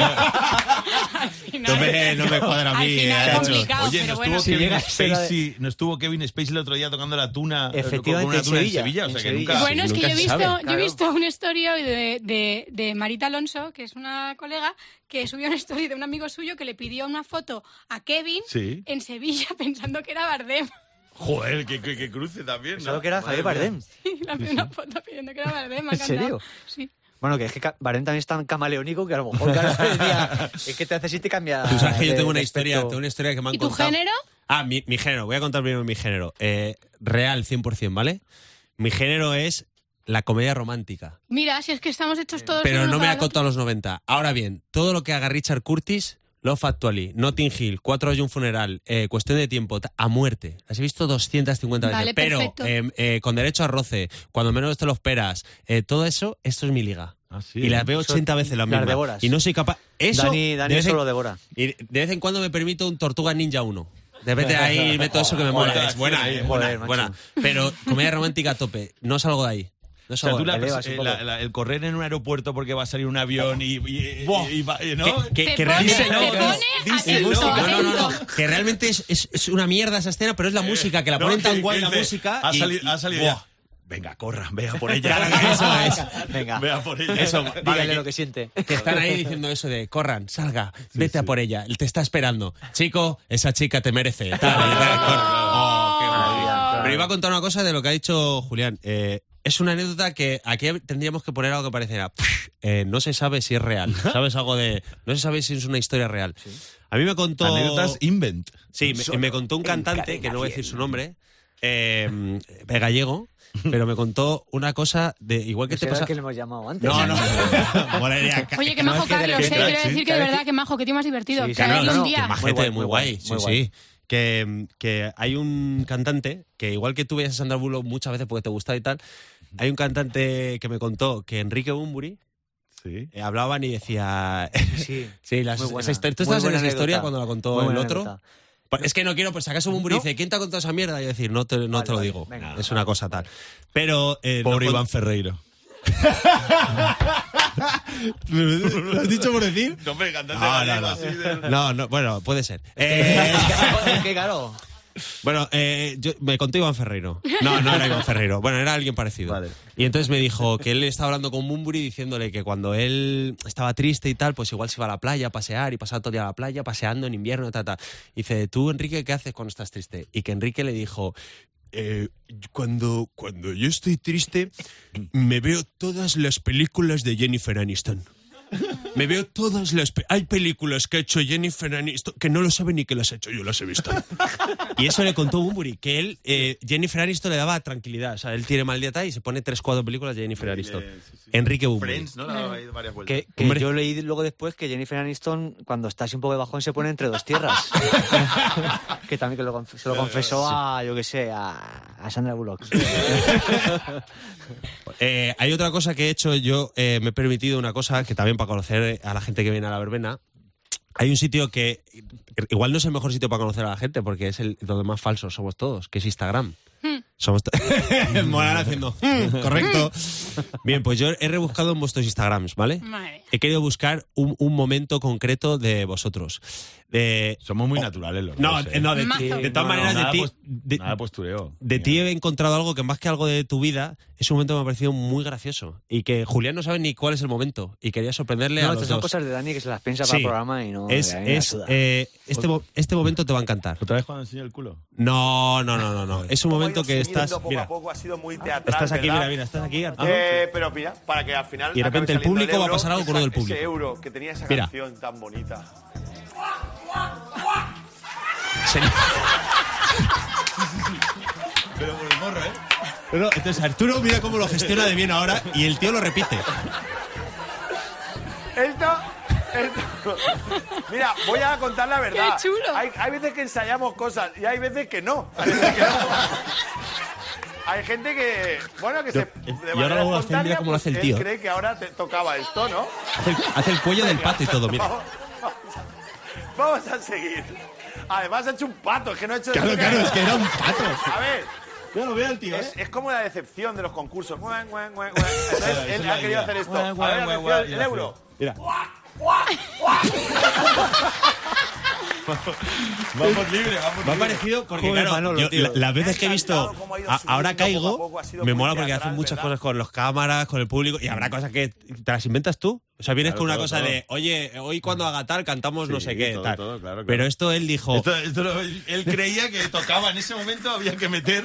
S7: Al final-
S6: No me, no me cuadra a
S7: Al
S6: mí.
S7: final
S6: eh, Nacho.
S7: complicado,
S6: Oye,
S7: pero
S6: nos
S7: bueno.
S6: estuvo,
S2: Si
S6: Kevin
S2: llegas fuera de-
S6: Spacey, no estuvo Kevin Spacey el otro día tocando la tuna. eh,
S2: Efectivamente,
S6: con una
S2: en
S6: tuna
S2: Sevilla,
S6: en Sevilla. O sea
S2: en
S6: que
S2: Sevilla.
S6: nunca.
S7: Bueno, es que
S1: nunca
S7: yo he
S1: se
S7: visto,
S1: sabe,
S7: yo he
S2: claro.
S7: visto una historia hoy de, de, de Marita Alonso, que es una colega, que subió una historia de un amigo suyo que le pidió una foto a Kevin
S6: Sí.
S7: en Sevilla [LAUGHS] pensando que era Bardem. [LAUGHS]
S6: Joder, que, que- que cruce también. ¿no?
S2: Pensaba que era
S6: Madre
S2: Javier
S6: mía.
S2: Bardem.
S7: Y le pidió una foto pidiendo que era Bardem. me ha
S2: ¿En serio?
S7: encantado. Sí.
S2: Bueno, que es que Ca- Bardem también es tan camaleónico que a lo mejor claro, [LAUGHS] el día- es que te hace si te cambia.
S1: Tú sabes que yo
S2: de-
S1: tengo una
S2: Ah, de
S1: historia,
S2: aspecto.
S1: tengo una historia que me han
S7: ¿Y tu
S1: contado.
S7: género?
S1: Ah, mi, mi género. Voy a contar primero mi género. Eh, real, 100%, ¿vale? Mi género es la comedia romántica.
S7: Mira, si es que estamos hechos todos.
S1: Pero
S7: unos
S1: no me
S7: al
S1: la
S7: otro.
S1: contado a los 90. Ahora bien, todo lo que haga Richard Curtis, Love Actually, Notting Hill, Cuatro horas y un funeral, eh, Cuestión de tiempo, ta- a muerte. Las he visto 250 veces.
S7: Vale,
S1: pero
S7: perfecto.
S1: eh, eh, con derecho a roce, cuando menos te lo esperas, eh, todo eso, esto es mi liga.
S6: Ah, sí.
S1: y las veo
S2: ¿eh? Eso
S1: 80 veces las
S2: las
S1: mismas.
S2: devoras.
S1: Y no soy capaz. Eso.
S2: Dani, Dani
S1: de vez
S2: eso
S1: en-
S2: lo devora.
S1: y de vez en cuando me permito un Tortuga Ninja 1. De vez en [LAUGHS] ahí meto eso que me mola.
S6: Joder,
S1: Es buena,
S6: joder,
S1: es buena,
S2: macho.
S1: buena. Pero comedia romántica a tope. No salgo de ahí. No
S6: O sea,
S1: salgo
S6: tú
S1: de
S6: la
S1: ahí.
S2: elevas
S6: pers-
S2: un
S6: eh,
S2: poco.
S6: la- la- el correr en un aeropuerto porque va a salir un avión y. y-
S1: Buah.
S6: y va- eh, ¿no?
S1: Que, que-
S7: Te
S1: que
S7: pone-
S1: realmente-
S7: te pone
S6: díselo.
S7: atento,
S1: No, no, no, no.
S7: atento.
S1: Que realmente es, es- es una mierda esa escena, pero es la música, que la
S6: Eh, No,
S1: ponen tan
S6: que-
S1: guay
S6: que
S1: la
S6: dice,
S1: música.
S6: Ha
S1: y-
S6: salido.
S1: y-
S6: ha salido
S1: buah.
S6: Venga, corran, vea por ella. [LAUGHS]
S1: Claro,
S2: eso es. Venga.
S6: Vea por ella.
S1: Eso,
S6: Vale,
S2: Dígale
S6: que-
S2: lo que siente.
S1: Que están ahí diciendo eso de corran, salga, vete a por ella, él te está esperando. Chico, esa chica te merece. tal, y tal, corran. Oh, qué maravilla. Pero iba a contar una cosa de lo que ha dicho Julián. Eh, es una anécdota que aquí tendríamos que poner algo que pareciera. eh, no se sabe si es real. ¿Sabes algo de.? No se sabe si es una historia real. A mí me contó.
S6: Anécdotas invent.
S1: Sí, me, me contó un cantante, que no voy a decir su nombre, eh, de gallego, pero me contó una cosa de. Igual que te
S2: Será
S1: pasa.
S2: Pues que le hemos llamado antes.
S1: No, no. [LAUGHS] Molaría ca-
S7: Oye, que
S1: no,
S7: majo
S1: es que de la-
S7: Carlos, eh,
S1: que-
S7: quiero decir que de
S2: sí.
S7: verdad que majo, que tío más divertido.
S2: Sí, sí,
S7: que a
S1: no,
S7: verlo
S1: no,
S7: un
S1: que
S7: día.
S1: majete,
S2: Muy guay,
S1: muy
S2: muy
S1: guay.
S2: guay,
S1: sí,
S2: muy guay.
S1: sí. Que, que hay un cantante que, igual que tú veías a Sandra Bullock muchas veces porque te gusta y tal, hay un cantante que me contó que Enrique Bumburi
S6: Sí.
S1: eh, hablaban y decía. [LAUGHS]
S2: Sí.
S1: Sí, las,
S2: Muy buena.
S1: esa historia- ¿Tú
S2: Muy
S1: estabas en
S2: buena
S1: esa historia
S2: anécdota.
S1: cuando la
S2: Muy
S1: contó el
S2: buena
S1: otro?
S2: anécdota. [LAUGHS]
S1: Pa- Es que no quiero, pues si acaso Bumburi dice, ¿quién te ha contado esa mierda? Y yo decir, no te, no
S2: Vale,
S1: te lo
S2: vale,
S1: digo.
S2: venga,
S1: es
S2: vale.
S1: una cosa tal. Pero. eh,
S6: Pobre
S1: no-
S6: Iván Ferreiro.
S1: ¿Lo [LAUGHS] has dicho por decir?
S6: No, hombre, cantante
S1: No, no,
S6: gallego
S1: no.
S6: así de-
S1: No, no, bueno, puede
S6: [LAUGHS]
S1: ser. Eh,
S2: Eh, ¡Qué caro!
S1: bueno, eh, yo- me contó Iván Ferreiro. No, no era Iván Ferreiro. Bueno, era alguien parecido.
S6: Vale.
S1: Y entonces me dijo que él estaba hablando con Bumburi diciéndole que cuando él estaba triste y tal, pues igual se iba a la playa a pasear y pasaba todo el día a la playa paseando en invierno, ta, ta. Y dice, tú, Enrique, ¿qué haces cuando estás triste? Y que Enrique le dijo, eh, cuando, cuando yo estoy triste, me veo todas las películas de Jennifer Aniston. Me veo todas las... pe- Hay películas que ha hecho Jennifer Aniston que no lo sabe ni que las ha hecho, yo las he visto. Y eso le contó Bumburi, que él, eh, Jennifer Aniston le daba tranquilidad. O sea, él tiene mal día tal y se pone tres, cuatro películas de Jennifer Aniston. Enrique Bumburi.
S6: Friends, ¿no? La-
S7: Claro.
S6: hay varias vueltas.
S2: Que, que
S1: Hombre.
S2: yo leí luego después que Jennifer Aniston, cuando está así un poco de bajón, se pone entre
S1: [LAUGHS]
S2: dos tierras. que también que lo conf- se lo confesó a, yo qué sé, a, a Sandra Bullock.
S1: Eh, hay otra cosa que he hecho, yo eh, me he permitido una cosa que también para conocer a la gente que viene a la verbena. Hay un sitio que igual no es el mejor sitio para conocer a la gente porque es el donde más falsos somos todos, que es Instagram. Somos to- [LAUGHS] Moral haciendo. "Mm, correcto. Bien, pues yo he rebuscado en vuestros Instagrams, ¿vale?
S7: Madre.
S1: He querido buscar un, un momento concreto de vosotros. De,
S6: Somos muy naturales los
S1: no,
S6: dos,
S1: eh,
S6: ¿eh?
S1: no, de,
S7: Mazo.
S1: ti- de
S7: No,
S1: todas
S6: no,
S1: maneras,
S6: nada
S1: de ti.
S6: pos-
S1: de-
S6: Nada postureo.
S1: de ti he encontrado algo que más que algo de tu vida es un momento que me ha parecido muy gracioso y que Julián no sabe ni cuál es el momento y quería sorprenderle
S2: No,
S1: a
S2: estas
S1: los
S2: son
S1: dos.
S2: cosas de Dani que se las piensa para
S1: Sí.
S2: el programa y no.
S1: es,
S2: a mí me la
S1: es,
S2: suda.
S1: eh, este, mo- este momento te va a encantar.
S6: ¿Otra vez cuando enseño el culo?
S1: No, no, no, no, no. Es un momento que estás,
S10: Poco a
S1: mira,
S10: poco ha sido muy teatral.
S1: estás aquí,
S10: ¿verdad?
S1: mira, mira, estás aquí. Arturo.
S10: Eh, pero mira, para que al final.
S1: Y de repente
S10: acabe
S1: el público
S10: saliendo
S1: va a pasar algo con lo
S10: esa-
S1: del público.
S10: Ese euro que tenía esa
S1: Mira.
S10: canción tan bonita.
S6: Pero por el morro, ¿eh?
S1: Bueno, entonces Arturo mira cómo lo gestiona de bien ahora y el tío lo repite.
S10: Esto. esto. Mira, voy a contar la verdad.
S7: ¡Qué chulo!
S10: Hay, hay veces que ensayamos cosas y hay veces que no. Hay, veces que no. Hay gente que. Bueno, que se. de
S1: eh, y ahora
S10: manera
S1: lo hace,
S10: espontánea,
S1: mira cómo lo
S10: pues,
S1: hace el
S10: él
S1: tío.
S10: cree que ahora te tocaba esto, ¿no?
S1: Hace el, hace el cuello del pato y todo, mira.
S10: Vamos, vamos a seguir. Además, ha hecho un pato, es que no ha hecho.
S1: era un pato.
S10: A ver.
S1: Yo lo veo al tío,
S10: Es, es como la decepción de los concursos. Guau, guau, guau, guau. Entonces,
S6: Esa es
S10: él
S6: la
S10: ha querido
S6: idea.
S10: hacer esto.
S6: Guau, guau,
S10: A ver,
S6: guau,
S10: atención,
S6: guau, y
S10: el
S6: la
S10: euro.
S6: flor. Mira. Vamos libre, vamos
S1: Me ha
S6: libre.
S1: parecido porque,
S11: Joder,
S1: claro,
S11: Manolo,
S1: yo-
S11: tío.
S1: la- las veces que he
S10: encantado
S1: visto.
S10: cómo ha ido
S1: a-
S10: subiendo
S1: ahora
S10: poco a
S1: caigo,
S10: poco, ha sido
S1: me
S10: muy
S1: mola porque
S10: teatral,
S1: hacen muchas
S10: ¿verdad?
S1: cosas con las cámaras, con el público, y habrá cosas que te las inventas tú. O sea, vienes
S6: Claro,
S1: con una
S6: todo,
S1: cosa
S6: todo.
S1: de, oye, hoy cuando haga tal, cantamos no
S6: Sí,
S1: sé qué.
S6: todo,
S1: tal.
S6: todo, claro, claro.
S1: Pero esto él dijo.
S6: Esto- esto lo- él creía que tocaba en ese momento, había que meter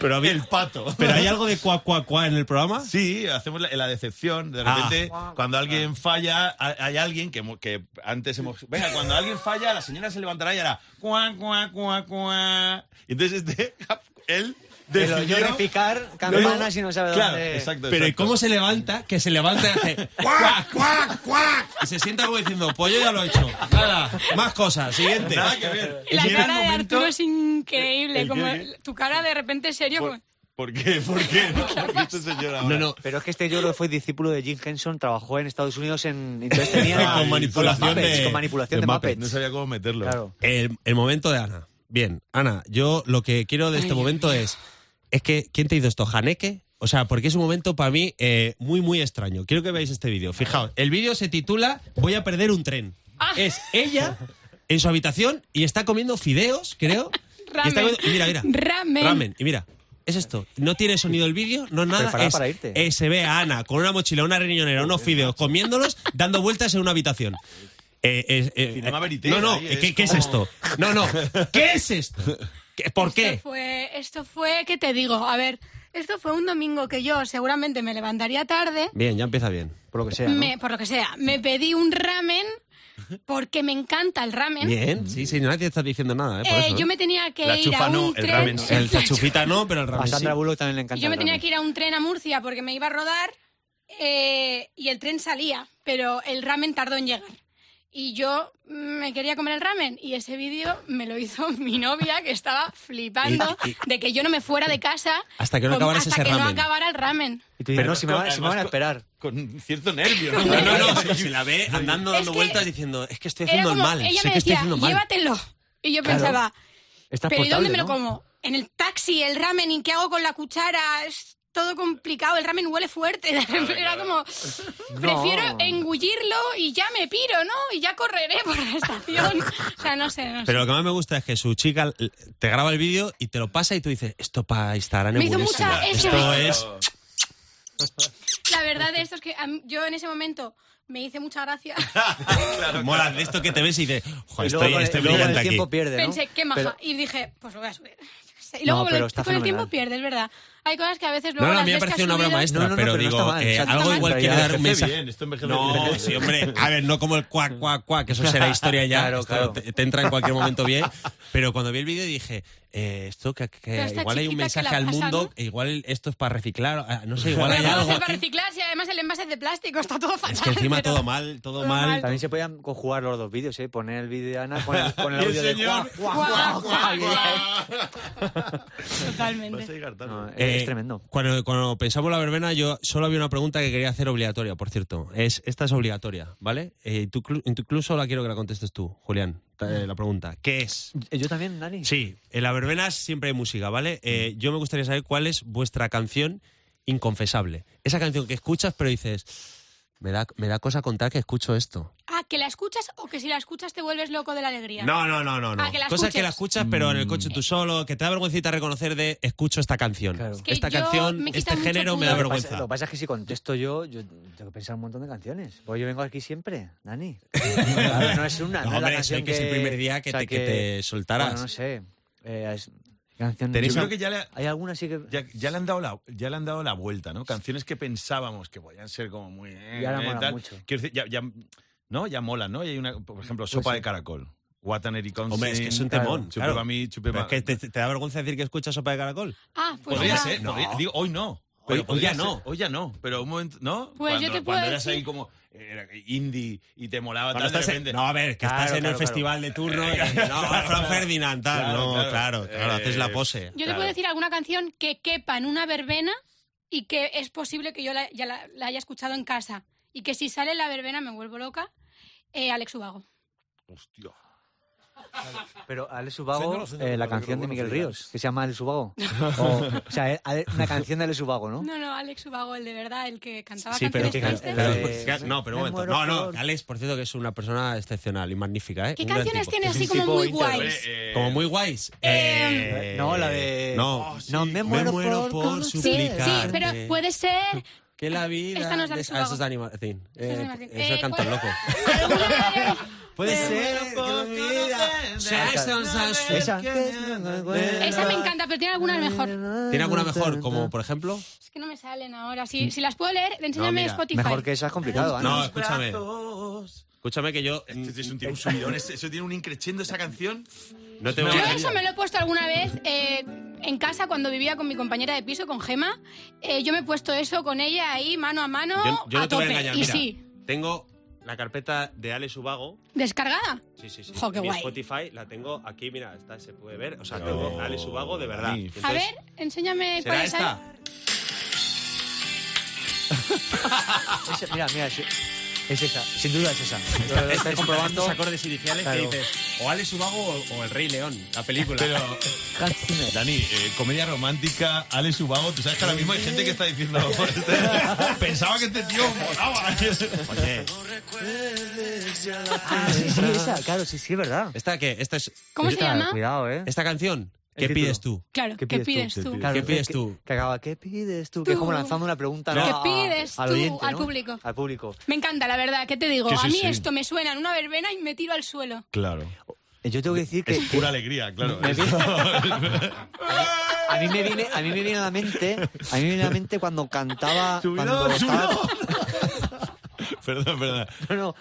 S1: Pero había-
S6: el pato.
S1: ¿Pero hay algo de cuá, cuá, cuá en el programa?
S6: Sí, hacemos la, la decepción. De
S1: Ah.
S6: repente, cuando alguien falla, ha- hay alguien que, mo- que antes hemos. Venga, cuando alguien falla, la señora se levantará y hará. Cuá, cuá, cuá, cuá. Y entonces, este, [LAUGHS] él.
S2: Pero yo
S6: decidió-
S2: repicar campanas y no sabe
S6: Claro,
S2: dónde.
S6: exacto.
S1: Pero ¿y
S6: exacto.
S1: cómo se levanta? Que se levanta y hace cuac, cuac, cuac. Y se sienta como diciendo, pues yo ya lo he hecho. Nada, más cosas, siguiente.
S6: Nada que ver.
S7: La
S6: Llega el
S7: cara de
S6: momento-
S7: Arturo es increíble.
S6: ¿El
S7: como
S6: qué,
S7: el- tu cara de repente serio.
S6: ¿Por,
S7: como-
S6: por qué? [LAUGHS] ¿Por
S1: [LAUGHS]
S6: qué? No, ¿Por qué este señor ahora?
S1: No, no.
S2: Pero es que este yo creo que fue discípulo de Jim Henson, trabajó en Estados Unidos en. Entonces tenía.
S1: [LAUGHS] Con
S2: los
S1: manipulación
S2: Muppets,
S1: de-
S2: Con manipulación
S1: de
S2: de, Muppets.
S6: No sabía cómo meterlo.
S2: Claro.
S1: El, el momento de Ana. Bien, Ana, yo lo que quiero de este momento es. Es que, ¿quién te hizo esto? ¿Janeke? O sea, porque es un momento para mí eh, muy, muy extraño. Quiero que veáis este vídeo. Fijaos, el vídeo se titula Voy a perder un tren.
S7: Ah.
S1: Es ella en su habitación y está comiendo fideos,
S7: [LAUGHS]
S1: creo. Y está
S7: Ramen.
S1: comiendo- y mira, mira.
S7: Ramen.
S1: Y mira. Es esto, no tiene sonido el vídeo, no nada.
S2: Preparada
S1: es-
S2: para irte.
S1: eh, se ve a Ana con una mochila, una riñonera, unos fideos, comiéndolos, dando vueltas en una habitación. Eh, eh, eh,
S6: Cinema Verité,
S1: no, no,
S6: ahí es
S1: ¿qué, qué es
S6: como-
S1: esto? No, no, ¿qué es esto? ¿Qué- ¿Por qué?
S7: Esto fue, esto fue, ¿qué te digo? A ver, esto fue un domingo que yo seguramente me levantaría tarde.
S1: Bien, ya empieza bien.
S2: Por lo que sea. ¿no?
S7: me- por lo que sea, me pedí un ramen porque me encanta el ramen.
S1: Bien, sí, sí, nadie está diciendo nada, ¿eh? Por
S7: Eh,
S1: eso, ¿eh?
S7: yo me tenía que
S6: La
S7: ir
S6: chufa
S7: a un
S6: no, el
S7: tren.
S6: ramen no.
S1: El la chufita no, pero el
S2: A
S1: ramen sí.
S2: Sandra Bullock también le encanta.
S7: Yo me
S2: el
S7: tenía
S2: ramen.
S7: que ir a un tren a Murcia porque me iba a rodar eh, y el tren salía, pero el ramen tardó en llegar. Y yo mm, me quería comer el ramen y ese vídeo me lo hizo [LAUGHS] mi novia que estaba flipando
S1: Y- y-
S7: de que yo no me fuera de casa
S1: Hasta que no
S7: com-
S1: acabaras
S7: hasta
S1: ese
S7: que no
S1: ramen.
S7: acabara el ramen.
S2: Y tú dices,
S6: Pero
S2: no, si me,
S6: con-
S2: van, si me van
S6: además
S2: a
S6: con-
S2: esperar.
S6: Con cierto nervio. ¿no?
S1: No, no,
S7: [LAUGHS]
S1: no, se la ve andando,
S7: Es
S1: dando
S7: que-
S1: vueltas, diciendo, es que estoy
S7: Era
S1: haciendo el
S7: como-
S1: mal,
S7: ella
S1: sé
S7: me
S1: que estoy
S7: decía,
S1: haciendo mal.
S7: llévatelo. Y yo
S2: Claro.
S7: pensaba,
S2: Estás
S7: pero ¿y
S2: potable,
S7: dónde me lo
S2: ¿no?
S7: como? En el taxi, el ramen, ¿y qué hago con la cuchara? Es todo complicado, el ramen huele fuerte. [LAUGHS] De repente Era como, prefiero engullirlo y ya me piro, ¿no? Y ya correré por
S1: [LAUGHS]
S7: la estación. o sea, no sé, no sé.
S1: Pero lo que más me gusta es que su chica l- te graba el vídeo y te lo pasa y tú dices, esto para Instagram
S7: Me
S1: es
S7: hizo
S1: buenísimo.
S7: mucha- es que
S1: Esto
S7: me-
S1: es...
S7: La verdad de esto es que a mí- yo en ese momento me hice mucha
S1: [LAUGHS]
S7: gracia.
S1: Mola de esto que te ves y dices,
S2: Y
S1: joder,
S2: luego
S1: estoy,
S2: con el-
S1: estoy
S2: y luego con
S1: brillante
S2: el
S1: aquí.
S2: tiempo pierde, ¿no?
S7: Pensé, qué maja.
S2: Pero-
S7: Y dije, pues lo voy a subir. [LAUGHS] Y
S2: No,
S7: luego con,
S2: pero
S7: el,
S2: está
S7: con el tiempo
S2: fenomenal.
S7: pierdes, ¿verdad? Hay cosas que a veces
S1: No, no,
S7: luego
S1: a
S7: las
S1: mí me
S7: ves que has
S1: parece una obra
S7: subido-
S1: maestra,
S2: No, no, no,
S1: pero
S2: pero no
S1: digo,
S2: está mal,
S1: eh,
S2: o sea, no
S1: algo
S2: está
S1: igual
S2: mal.
S1: quiere dar un
S6: Envejece
S1: mensaje.
S6: bien, esto envejece
S1: No,
S6: bien.
S1: sí, hombre, a ver, no como el cuac, cuac, cuac, que eso será historia ya,
S2: Claro,
S1: esto
S2: claro.
S1: Te, te entra en cualquier momento bien, pero cuando vi el vídeo dije, eh, esto que, que
S7: Pero esta
S1: igual hay un
S7: chiquita que
S1: mensaje
S7: la
S1: al
S7: pasa,
S1: mundo,
S7: ¿no?
S1: e igual esto es para reciclar, ah, no sé, igual
S7: Pero
S1: hay
S7: ¿cómo
S1: algo
S7: hacer para
S1: aquí.
S7: reciclar si además el envase es de plástico? Está todo fatal.
S1: Es que encima
S7: pero- [LAUGHS]
S1: todo mal, todo
S7: todo
S1: mal.
S7: mal.
S2: También se podían conjugar los dos vídeos, ¿eh? Poner el vídeo de Ana con
S1: [LAUGHS]
S2: el, con el
S6: Y el
S2: audio de
S6: señor,
S2: Juan. Juan, Juan,
S7: Guau,
S2: Juan,
S7: guau,
S2: Juan.
S6: Vas a
S7: Totalmente.
S6: llegar tarde.
S2: No, es,
S1: Eh,
S2: es tremendo.
S1: Cuando, cuando pensamos la verbena, yo solo había una pregunta que quería hacer obligatoria, por cierto. Es, esta es obligatoria, ¿vale? Eh, tú clu- incluso la quiero que la contestes tú, Julián, eh, la pregunta. ¿Qué es?
S2: Eh, Yo también, Nani.
S1: Sí, en la verbena siempre hay música, ¿vale? Eh, yo me gustaría saber cuál es vuestra canción inconfesable. Esa canción que escuchas pero dices, me da, me da cosa contar que escucho esto.
S7: Ah, que la escuchas o que si la escuchas te vuelves loco de la alegría.
S1: No, no, no, no. no.
S7: Ah, que la
S1: Cosas
S7: escuches.
S1: que la escuchas pero en el coche tú solo, que te da vergüencita reconocer de escucho esta canción.
S2: Claro. Es
S7: que
S1: esta
S7: yo
S1: canción,
S7: me quita
S1: este
S7: mucho
S1: género me da
S2: Lo que
S7: pudor.
S2: pasa-
S1: vergüenza.
S2: Lo que pasa es que si contesto yo, yo tengo que pensar un montón de canciones. Porque yo vengo aquí siempre,
S1: [LAUGHS]
S2: Nani. Claro, no es una.
S1: No,
S2: No, es la
S1: hombre, eso
S2: canción
S1: hay que es el primer día que te- que te soltaras.
S2: Bueno, no sé. Eh, es- canción,
S6: Tenéis
S2: yo
S6: una-
S2: Hay alguna sí que...
S6: Ya, ya le han dado la, ya le han dado la vuelta, ¿no? Canciones que pensábamos que podían ser como muy. eh,
S2: ahora
S6: eh,
S2: molan
S6: tal.
S2: mucho.
S6: Quiero decir, ya, ya- no, ya molan, ¿no? Y hay una, por ejemplo, sopa de caracol. Wataneri Consing.
S1: Hombre, es que es un
S2: claro.
S1: temón.
S6: Chupe
S1: claro.
S6: pa' mí, chupe
S1: Pero
S6: pa-
S1: es que te, te da vergüenza decir que escuchas sopa de caracol.
S7: Ah, pues
S6: Podría
S7: ya.
S6: ser, podría- digo, hoy no.
S1: Hoy-
S6: pero
S1: hoy
S6: podría
S1: ya no.
S6: ser, Hoy ya no, pero un momento, ¿no?
S7: Pues yo
S6: cuando,
S7: te puedo
S6: cuando eras
S7: decir-
S6: ahí como era indie y te molaba
S1: Cuando
S6: tal, de
S1: estás en-
S6: repente-
S1: no, a ver, que
S2: Claro,
S1: estás en
S2: claro,
S1: el
S2: claro.
S1: festival de [LAUGHS] turno. y- no, Fran Ferdinand, tal.
S6: Claro,
S1: no,
S6: claro.
S1: claro, claro,
S6: Eh,
S1: haces la pose.
S7: Yo te
S6: Claro.
S7: puedo decir alguna canción que quepa en una verbena y que es posible que yo la, ya la, la haya escuchado en casa. Y que si sale en la verbena me vuelvo loca. Eh, Alex Ubago.
S6: Hostia.
S2: Pero Ale Subago,
S12: Séñalo,
S2: eh,
S12: séñalo,
S2: la
S12: para que
S2: canción
S12: lo
S2: de Miguel
S12: conozcáis.
S2: Ríos, que se llama Ale
S7: [LAUGHS]
S2: Subago. O, o sea, eh, Ale- una canción de Ale Subago, ¿no?
S7: No, no, Alex Ubago, el de verdad, el que cantaba
S1: Sí, pero,
S7: canciones
S1: que-
S7: tristes.
S1: pero-
S2: Eh,
S1: que- no, pero un
S2: me
S1: momento. No,
S2: muero
S1: no,
S2: por-
S1: Alex, por cierto, que es una persona excepcional y magnífica, ¿eh?
S7: ¿Qué
S1: Un gran
S7: canciones
S1: tipo.
S7: tiene
S1: Es un
S7: así como
S1: tipo
S7: muy
S1: íntegro.
S7: guays?
S6: Eh,
S1: Como muy guays.
S7: Eh,
S1: Eh,
S2: no, la de-
S1: No,
S6: Oh, sí.
S2: No me muero, por,
S7: Sí,
S1: suplicar.
S7: sí,
S1: Explicante.
S7: pero puede ser
S1: Que la vida.
S7: Esta no es la de
S1: des- ah,
S7: Chicago.
S1: eso es de Animal Martín.
S7: es de
S1: Eh,
S7: Martín.
S1: eso es
S7: Eh,
S1: Cantor
S7: ¿cuál?
S1: Loco.
S7: [LAUGHS]
S1: Puede ser. que la vida sea esta
S2: Esa.
S1: danza-
S7: Esa me encanta, pero tiene alguna mejor.
S1: ¿Tiene alguna mejor? Como, por ejemplo.
S7: Es que no me salen ahora. Si, si las puedo leer, enséñame
S1: mira,
S7: Spotify.
S2: Mejor que esa es complicado, Ana.
S1: No, escúchame. Mm, eh, Escúchame que yo.
S6: Este es un, tiene un subidón, ese- eso tiene un increchendo esa canción.
S1: No te
S7: Yo
S1: voy a.
S7: eso me lo he puesto alguna vez eh, en casa cuando vivía con mi compañera de piso, con Gema. Eh, yo me he puesto eso con ella ahí, mano a mano,
S1: Yo, yo
S7: a
S1: no te voy
S7: tope.
S1: a engañar.
S7: y
S1: Mira,
S7: sí,
S1: tengo la carpeta de Ale Subago.
S7: descargada.
S1: Sí, sí, sí.
S7: Jo, qué
S1: Mi
S7: guay.
S1: Spotify la tengo aquí, mira, está, se puede ver. O sea,
S6: No.
S1: tengo Ale Subago de verdad.
S6: Dani.
S7: a
S1: Entonces,
S7: ver, enséñame
S1: ¿Será
S7: cuál es.
S1: esta?
S2: Ese- mira, mira, es, es esa. Sin duda [LAUGHS] es esa. Lo- lo
S1: Es-
S2: Estás
S1: es-
S2: comprobando.
S1: estos acordes iniciales
S2: Claro.
S1: que dices o Ale Subago o, o El Rey León, la película.
S6: Pero,
S2: Hans Zimmer.
S6: Dani, eh, comedia romántica, Alex Ubago, tú sabes que ahora mismo hay gente que está diciendo,
S2: [LAUGHS]
S6: [LAUGHS] pensaba que este tío molaba. Oye,
S2: Ah, sí, sí, esa. Claro, sí, sí, es verdad.
S1: ¿Esta qué? Esta, es,
S7: ¿Cómo se
S2: Esta,
S7: llama?
S2: Cuidado, ¿eh?
S1: esta canción. ¿Qué
S2: El título.
S1: pides tú?
S7: Claro, ¿qué, pides tú?
S2: Claro,
S1: ¿Qué pides tú?
S2: Que, que acaba, ¿qué pides tú? Que es como
S7: Tú.
S2: lanzando una pregunta
S7: ¿Qué
S2: ¿no? a-
S7: pides
S2: al
S7: tú
S2: oyente,
S7: al
S2: ¿no?
S7: público?
S2: Al público.
S7: Me encanta, la verdad, ¿qué te digo?
S6: Que sí,
S7: a mí
S6: sí.
S7: esto me suena en una verbena y me tiro al suelo.
S6: claro.
S2: Eh, Yo tengo que decir que,
S6: Es pura alegría, claro.
S2: Me vi- a mí me viene, a mí me viene a la mente, a mí me viene a la mente cuando [LAUGHS] cantaba, cuando estaba-
S6: [LAUGHS] perdón, perdón.
S2: no, no,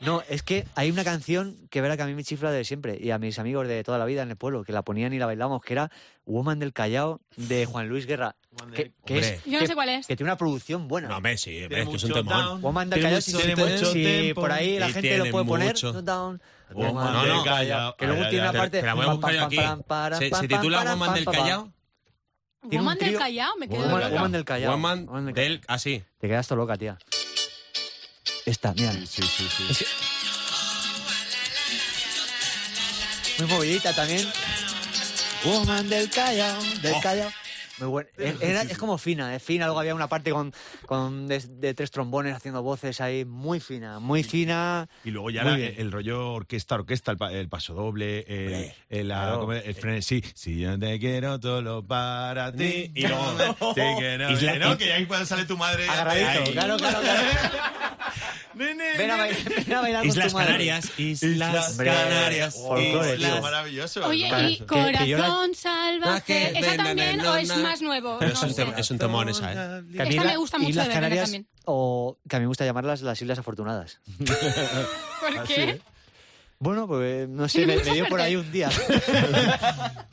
S2: no, es que hay una canción que verá que a mí me chifla de siempre y a mis amigos de toda la vida en el pueblo que la ponían y la bailamos, que era Woman del Callao de Juan Luis Guerra, que, que es-
S1: Hombre.
S7: Yo no
S2: que-
S7: sé cuál es.
S2: que tiene una producción buena.
S1: No, Messi, es que es un
S6: mucho
S1: temón.
S6: down.
S2: Woman del
S1: Tiene
S2: Callao,
S1: mucho-
S2: si,
S1: tiene mucho
S2: si
S1: tempo.
S2: por ahí la
S1: Y
S2: gente lo
S1: tiene
S2: puede poner,
S1: mucho-
S2: no down.
S1: Woman
S2: Woman
S1: del
S2: del
S6: Callao.
S2: Callao. Que luego
S6: Ay,
S2: tiene
S6: ay,
S2: una
S6: ay.
S2: parte.
S1: Te la voy a
S2: pam,
S1: buscar yo
S2: pam,
S1: aquí.
S2: pam, para,
S1: Se,
S2: pam,
S1: se
S2: pam,
S1: titula
S2: para,
S1: Woman
S2: pam,
S1: del
S2: pam,
S1: Callao.
S2: Tiene un
S7: Woman del
S2: trío-
S7: Callao, me quedo.
S2: Woman-
S7: loca.
S2: Woman del Callao. Woman
S1: Woman
S2: del
S1: del... Ah, sí.
S2: Te quedas todo loca, tía. Esta, mira.
S6: Sí, sí, sí.
S2: Muy movidita también. Woman del Callao, del Callao. Muy buena. Es, era- es como fina, es fina. Luego había una parte con, con de, de tres trombones haciendo voces ahí, muy fina, muy fina.
S6: Y luego ya
S2: Muy
S6: la-
S2: bien.
S6: el, rollo orquesta, orquesta, el, pa- el paso doble, el, el- la-
S2: claro.
S6: como el- el frenesí. Si yo te quiero, todo lo para ti.
S1: Y luego-
S6: Te quiero,
S1: Isla-
S6: ¿no? que ahí cuando sale tu madre.
S2: Agarradito,
S6: Ahí.
S2: claro, claro, claro.
S6: Nene,
S2: Ven a,
S6: nene.
S2: bailar- ven a bailar con
S1: Islas
S2: tu madre.
S1: Canarias. Islas
S2: Hombre,
S1: Canarias.
S2: folclore,
S6: Tío,
S1: Islas...
S6: [LAUGHS] maravilloso.
S7: Oye, y
S2: Que- que yo la-
S7: Corazón Salvaje.
S1: Traje
S7: ¿Esa
S1: de
S7: también
S1: nananana.
S7: o es más nuevo?
S1: Pero
S7: No
S1: es un,
S7: sé.
S1: temón, es un temón esa, ¿eh?
S2: Que a mí
S7: Esta
S2: la-
S7: me gusta mucho
S2: Islas
S7: de Belén
S2: Canarias,
S7: también.
S2: o que a mí me gusta llamarlas las Islas Afortunadas. Ah,
S7: ¿Por qué?
S2: Bueno, pues no sé,
S7: Tiene
S2: me,
S7: [LAUGHS] mucha
S2: me dio por
S7: suerte.
S2: ahí un
S7: [LAUGHS]
S2: día. [LAUGHS]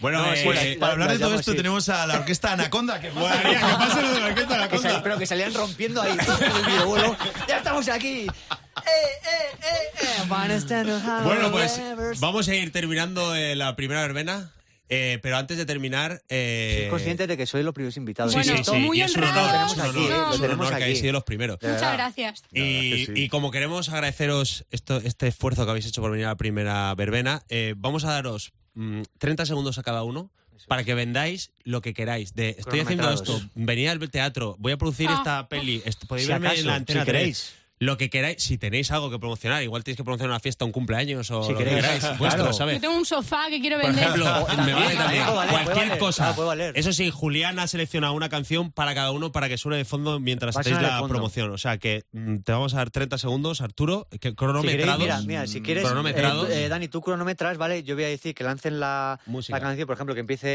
S6: Bueno,
S2: No,
S6: eh,
S2: sí, la-
S6: para
S2: la-
S6: hablar de
S2: la
S6: todo
S2: llamo
S6: esto
S2: así.
S6: tenemos a la orquesta
S1: [LAUGHS]
S6: Anaconda. Que pasa, que pasa lo de la orquesta
S2: Que sal-
S6: Anaconda.
S2: pero que salían rompiendo ahí el videobuelo. ¡Ya estamos aquí! ¡Eh, eh, eh, eh! Van a stand on high
S1: Bueno, pues
S2: levers.
S1: vamos a ir terminando eh, la primera verbena. Eh, pero antes de terminar... Eh,
S2: Soy consciente de que soy los primeros invitados.
S1: Sí,
S7: Bueno,
S1: sí, sí.
S7: muy
S1: y es un honor,
S7: honrado.
S1: es un
S2: Lo
S1: honor,
S2: tenemos aquí,
S1: es
S2: lo
S1: un
S2: tenemos
S1: honor que
S2: aquí.
S1: hayáis sido los primeros.
S7: Muchas gracias.
S1: Y,
S6: que sí.
S1: y como queremos agradeceros esto, este esfuerzo que habéis hecho por venir a la primera verbena, eh, vamos a daros mm, 30 segundos a cada uno para que vendáis lo que queráis. De, estoy haciendo esto,
S2: Cronometrados.
S1: venid al teatro, voy a producir
S7: Ah.
S1: esta peli, est- podéis
S2: Si
S1: verme
S2: acaso,
S1: en la antena
S2: si
S1: 3.
S2: queréis.
S1: Lo que queráis, si tenéis algo que promocionar, igual tenéis que promocionar una fiesta, un cumpleaños o
S2: Si
S1: lo
S2: queréis,
S1: que queráis,
S2: claro.
S1: vuestro, ¿sabes?
S7: Yo tengo un sofá que quiero
S1: Por
S7: vender.
S1: ejemplo,
S2: Oh,
S1: me
S2: también,
S1: vale Ah, también.
S2: puede valer, puede
S1: Cualquier
S2: valer,
S1: cosa.
S2: claro, puede valer.
S1: Eso sí, Julián ha seleccionado una canción para cada uno para que suene de fondo mientras
S2: Va a
S1: hacéis
S2: sonar de
S1: la
S2: fondo.
S1: promoción. O sea que mm, te vamos a dar 30 segundos, Arturo, que
S2: Si queréis,
S1: cronometrados. Mm,
S2: mira, mira, si quieres,
S1: cronometrados.
S2: eh, eh, Dani, tú cronometras, ¿vale? Yo voy a decir que lancen la,
S1: Música.
S2: la canción, por ejemplo, que empiece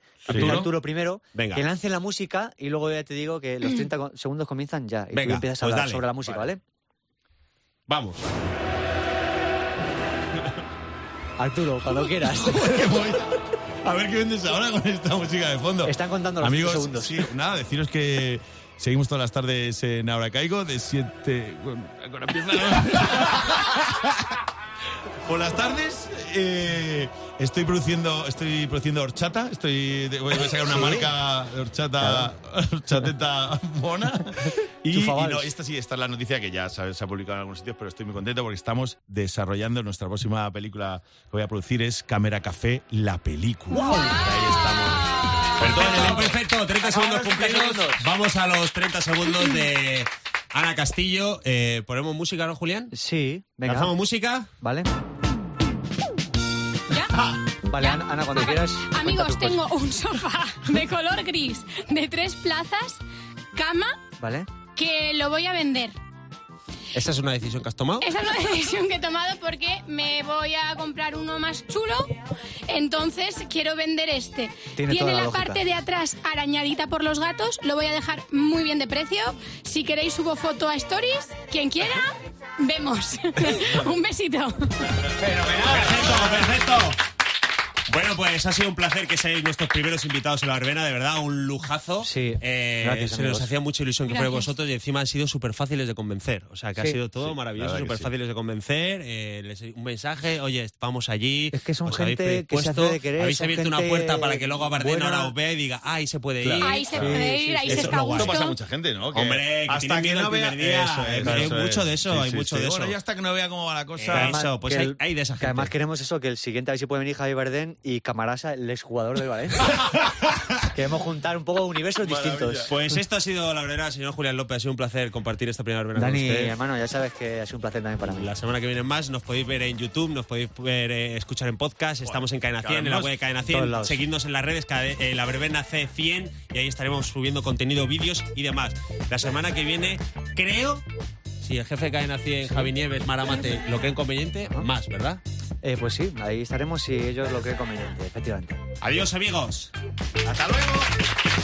S2: que
S1: Arturo.
S2: empiece Arturo primero,
S1: Venga.
S2: que lancen la música y luego ya te digo que los 30 co- segundos comienzan ya y tú
S1: Venga,
S2: empiezas a
S1: pues
S2: hablar
S1: dale.
S2: sobre la música,
S1: Vale.
S2: ¿vale?
S1: Vamos.
S2: Arturo, cuando
S7: [LAUGHS]
S2: quieras.
S6: A ver qué vendes ahora con esta música de fondo.
S2: Están contando los
S6: Amigos,
S2: segundos.
S6: sí, nada, deciros que seguimos todas
S2: [LAUGHS]
S6: las tardes en Ahora Caigo de 7. Bueno, ahora empieza. Por las tardes eh, estoy produciendo estoy produciendo horchata, estoy de- voy a sacar una marca de horchata horchateta mona y, y
S2: Chufavals.
S6: no, esta sí esta es la noticia que ya se, se ha publicado en algunos sitios, pero estoy muy contento porque estamos desarrollando nuestra próxima película que voy a producir es Cámara Café la película. Ahí estamos.
S1: Perdón, el perfecto. 30 segundos
S6: Vamos, 30
S1: cumplidos.
S6: segundos.
S1: Vamos a los 30 segundos de Ana Castillo. Eh, ¿Ponemos música, no, Julián?
S2: Sí, venga.
S1: ¿Lanzamos música?
S2: ¿Vale?
S7: ¿Ya?
S2: Vale,
S7: Ya.
S2: Ana, Ana, cuando quieras. cuenta pues. tus
S7: Ah, Amigos,
S2: cosas.
S7: tengo un sofá de color gris, de tres plazas, cama,
S2: ¿Vale?
S7: que lo voy a vender.
S1: ¿Esa es una decisión que has tomado?
S7: Esa es la [LAUGHS] decisión que he tomado porque me voy a comprar uno más chulo, entonces quiero vender este.
S2: Tiene toda la
S7: la,
S2: lógica.
S7: parte de atrás arañadita por los gatos, lo voy a dejar muy bien de precio. Si queréis subo foto a Stories, quien quiera,
S2: [LAUGHS]
S7: vemos. un besito.
S1: Perfecto, perfecto. Bueno, pues ha sido un placer que seáis nuestros primeros invitados en la verbena, de verdad, un lujazo.
S2: Sí,
S1: Eh,
S2: gracias,
S1: se nos
S2: amigos.
S1: hacía mucha ilusión que
S7: Gracias.
S1: fuera vosotros y encima han sido súper fáciles de convencer. O sea, que ha
S2: Sí.
S1: sido todo maravilloso,
S6: la verdad que
S1: súper fáciles de convencer. eh, les- un mensaje, oye, vamos allí.
S2: Es que son
S1: os habéis
S2: gente que se hace
S1: predispuesto,
S2: de querer,
S1: Habéis
S2: son
S1: abierto una
S2: gente
S1: puerta para que luego a Bardén
S2: buena.
S1: ahora os vea y diga, ahí se puede
S6: Claro.
S1: ir.
S7: Ahí se
S2: Sí,
S7: puede
S2: sí,
S7: ir,
S2: sí, sí.
S7: ahí se
S6: Eso
S7: está a
S6: esto pasa a
S7: gusto.
S6: mucha gente, ¿no? Que
S1: Hombre, que tienen miedo el primer día.
S6: Eso es,
S1: Hay
S6: eso
S1: mucho
S6: es.
S1: de eso, hay mucho de eso.
S6: Bueno, ya hasta que no vea cómo va la
S1: Que
S6: cosa.
S1: además- Eso, pues
S2: que
S1: hay- hay de esa
S2: que además
S1: gente.
S2: queremos eso, que el siguiente a ver si puede venir Javi Bardén y Camarasa, el exjugador
S1: [LAUGHS]
S2: del Valencia. queremos juntar un poco universos distintos.
S1: Pues esto ha sido la verdad, señor Julián López. Ha sido un placer compartir esta primera verbena
S2: Dani,
S1: con usted.
S2: hermano, ya sabes que ha sido un placer también para mí.
S1: La semana que viene más nos podéis ver en YouTube, nos podéis ver, eh, escuchar en podcast, estamos en Cadena 100, en la web de Cadena
S2: todos
S1: 100,
S2: lados.
S1: seguidnos en las redes cade- eh, La Verbena C100 y ahí estaremos subiendo contenido, vídeos y demás. La semana que viene, creo, si el jefe de Cadena 100, Javi Nieves, Maramate, lo creen conveniente, más, ¿verdad?
S2: Eh, pues sí, ahí estaremos si ellos lo creen conveniente, efectivamente.
S1: Adiós amigos.
S6: ¡Hasta luego!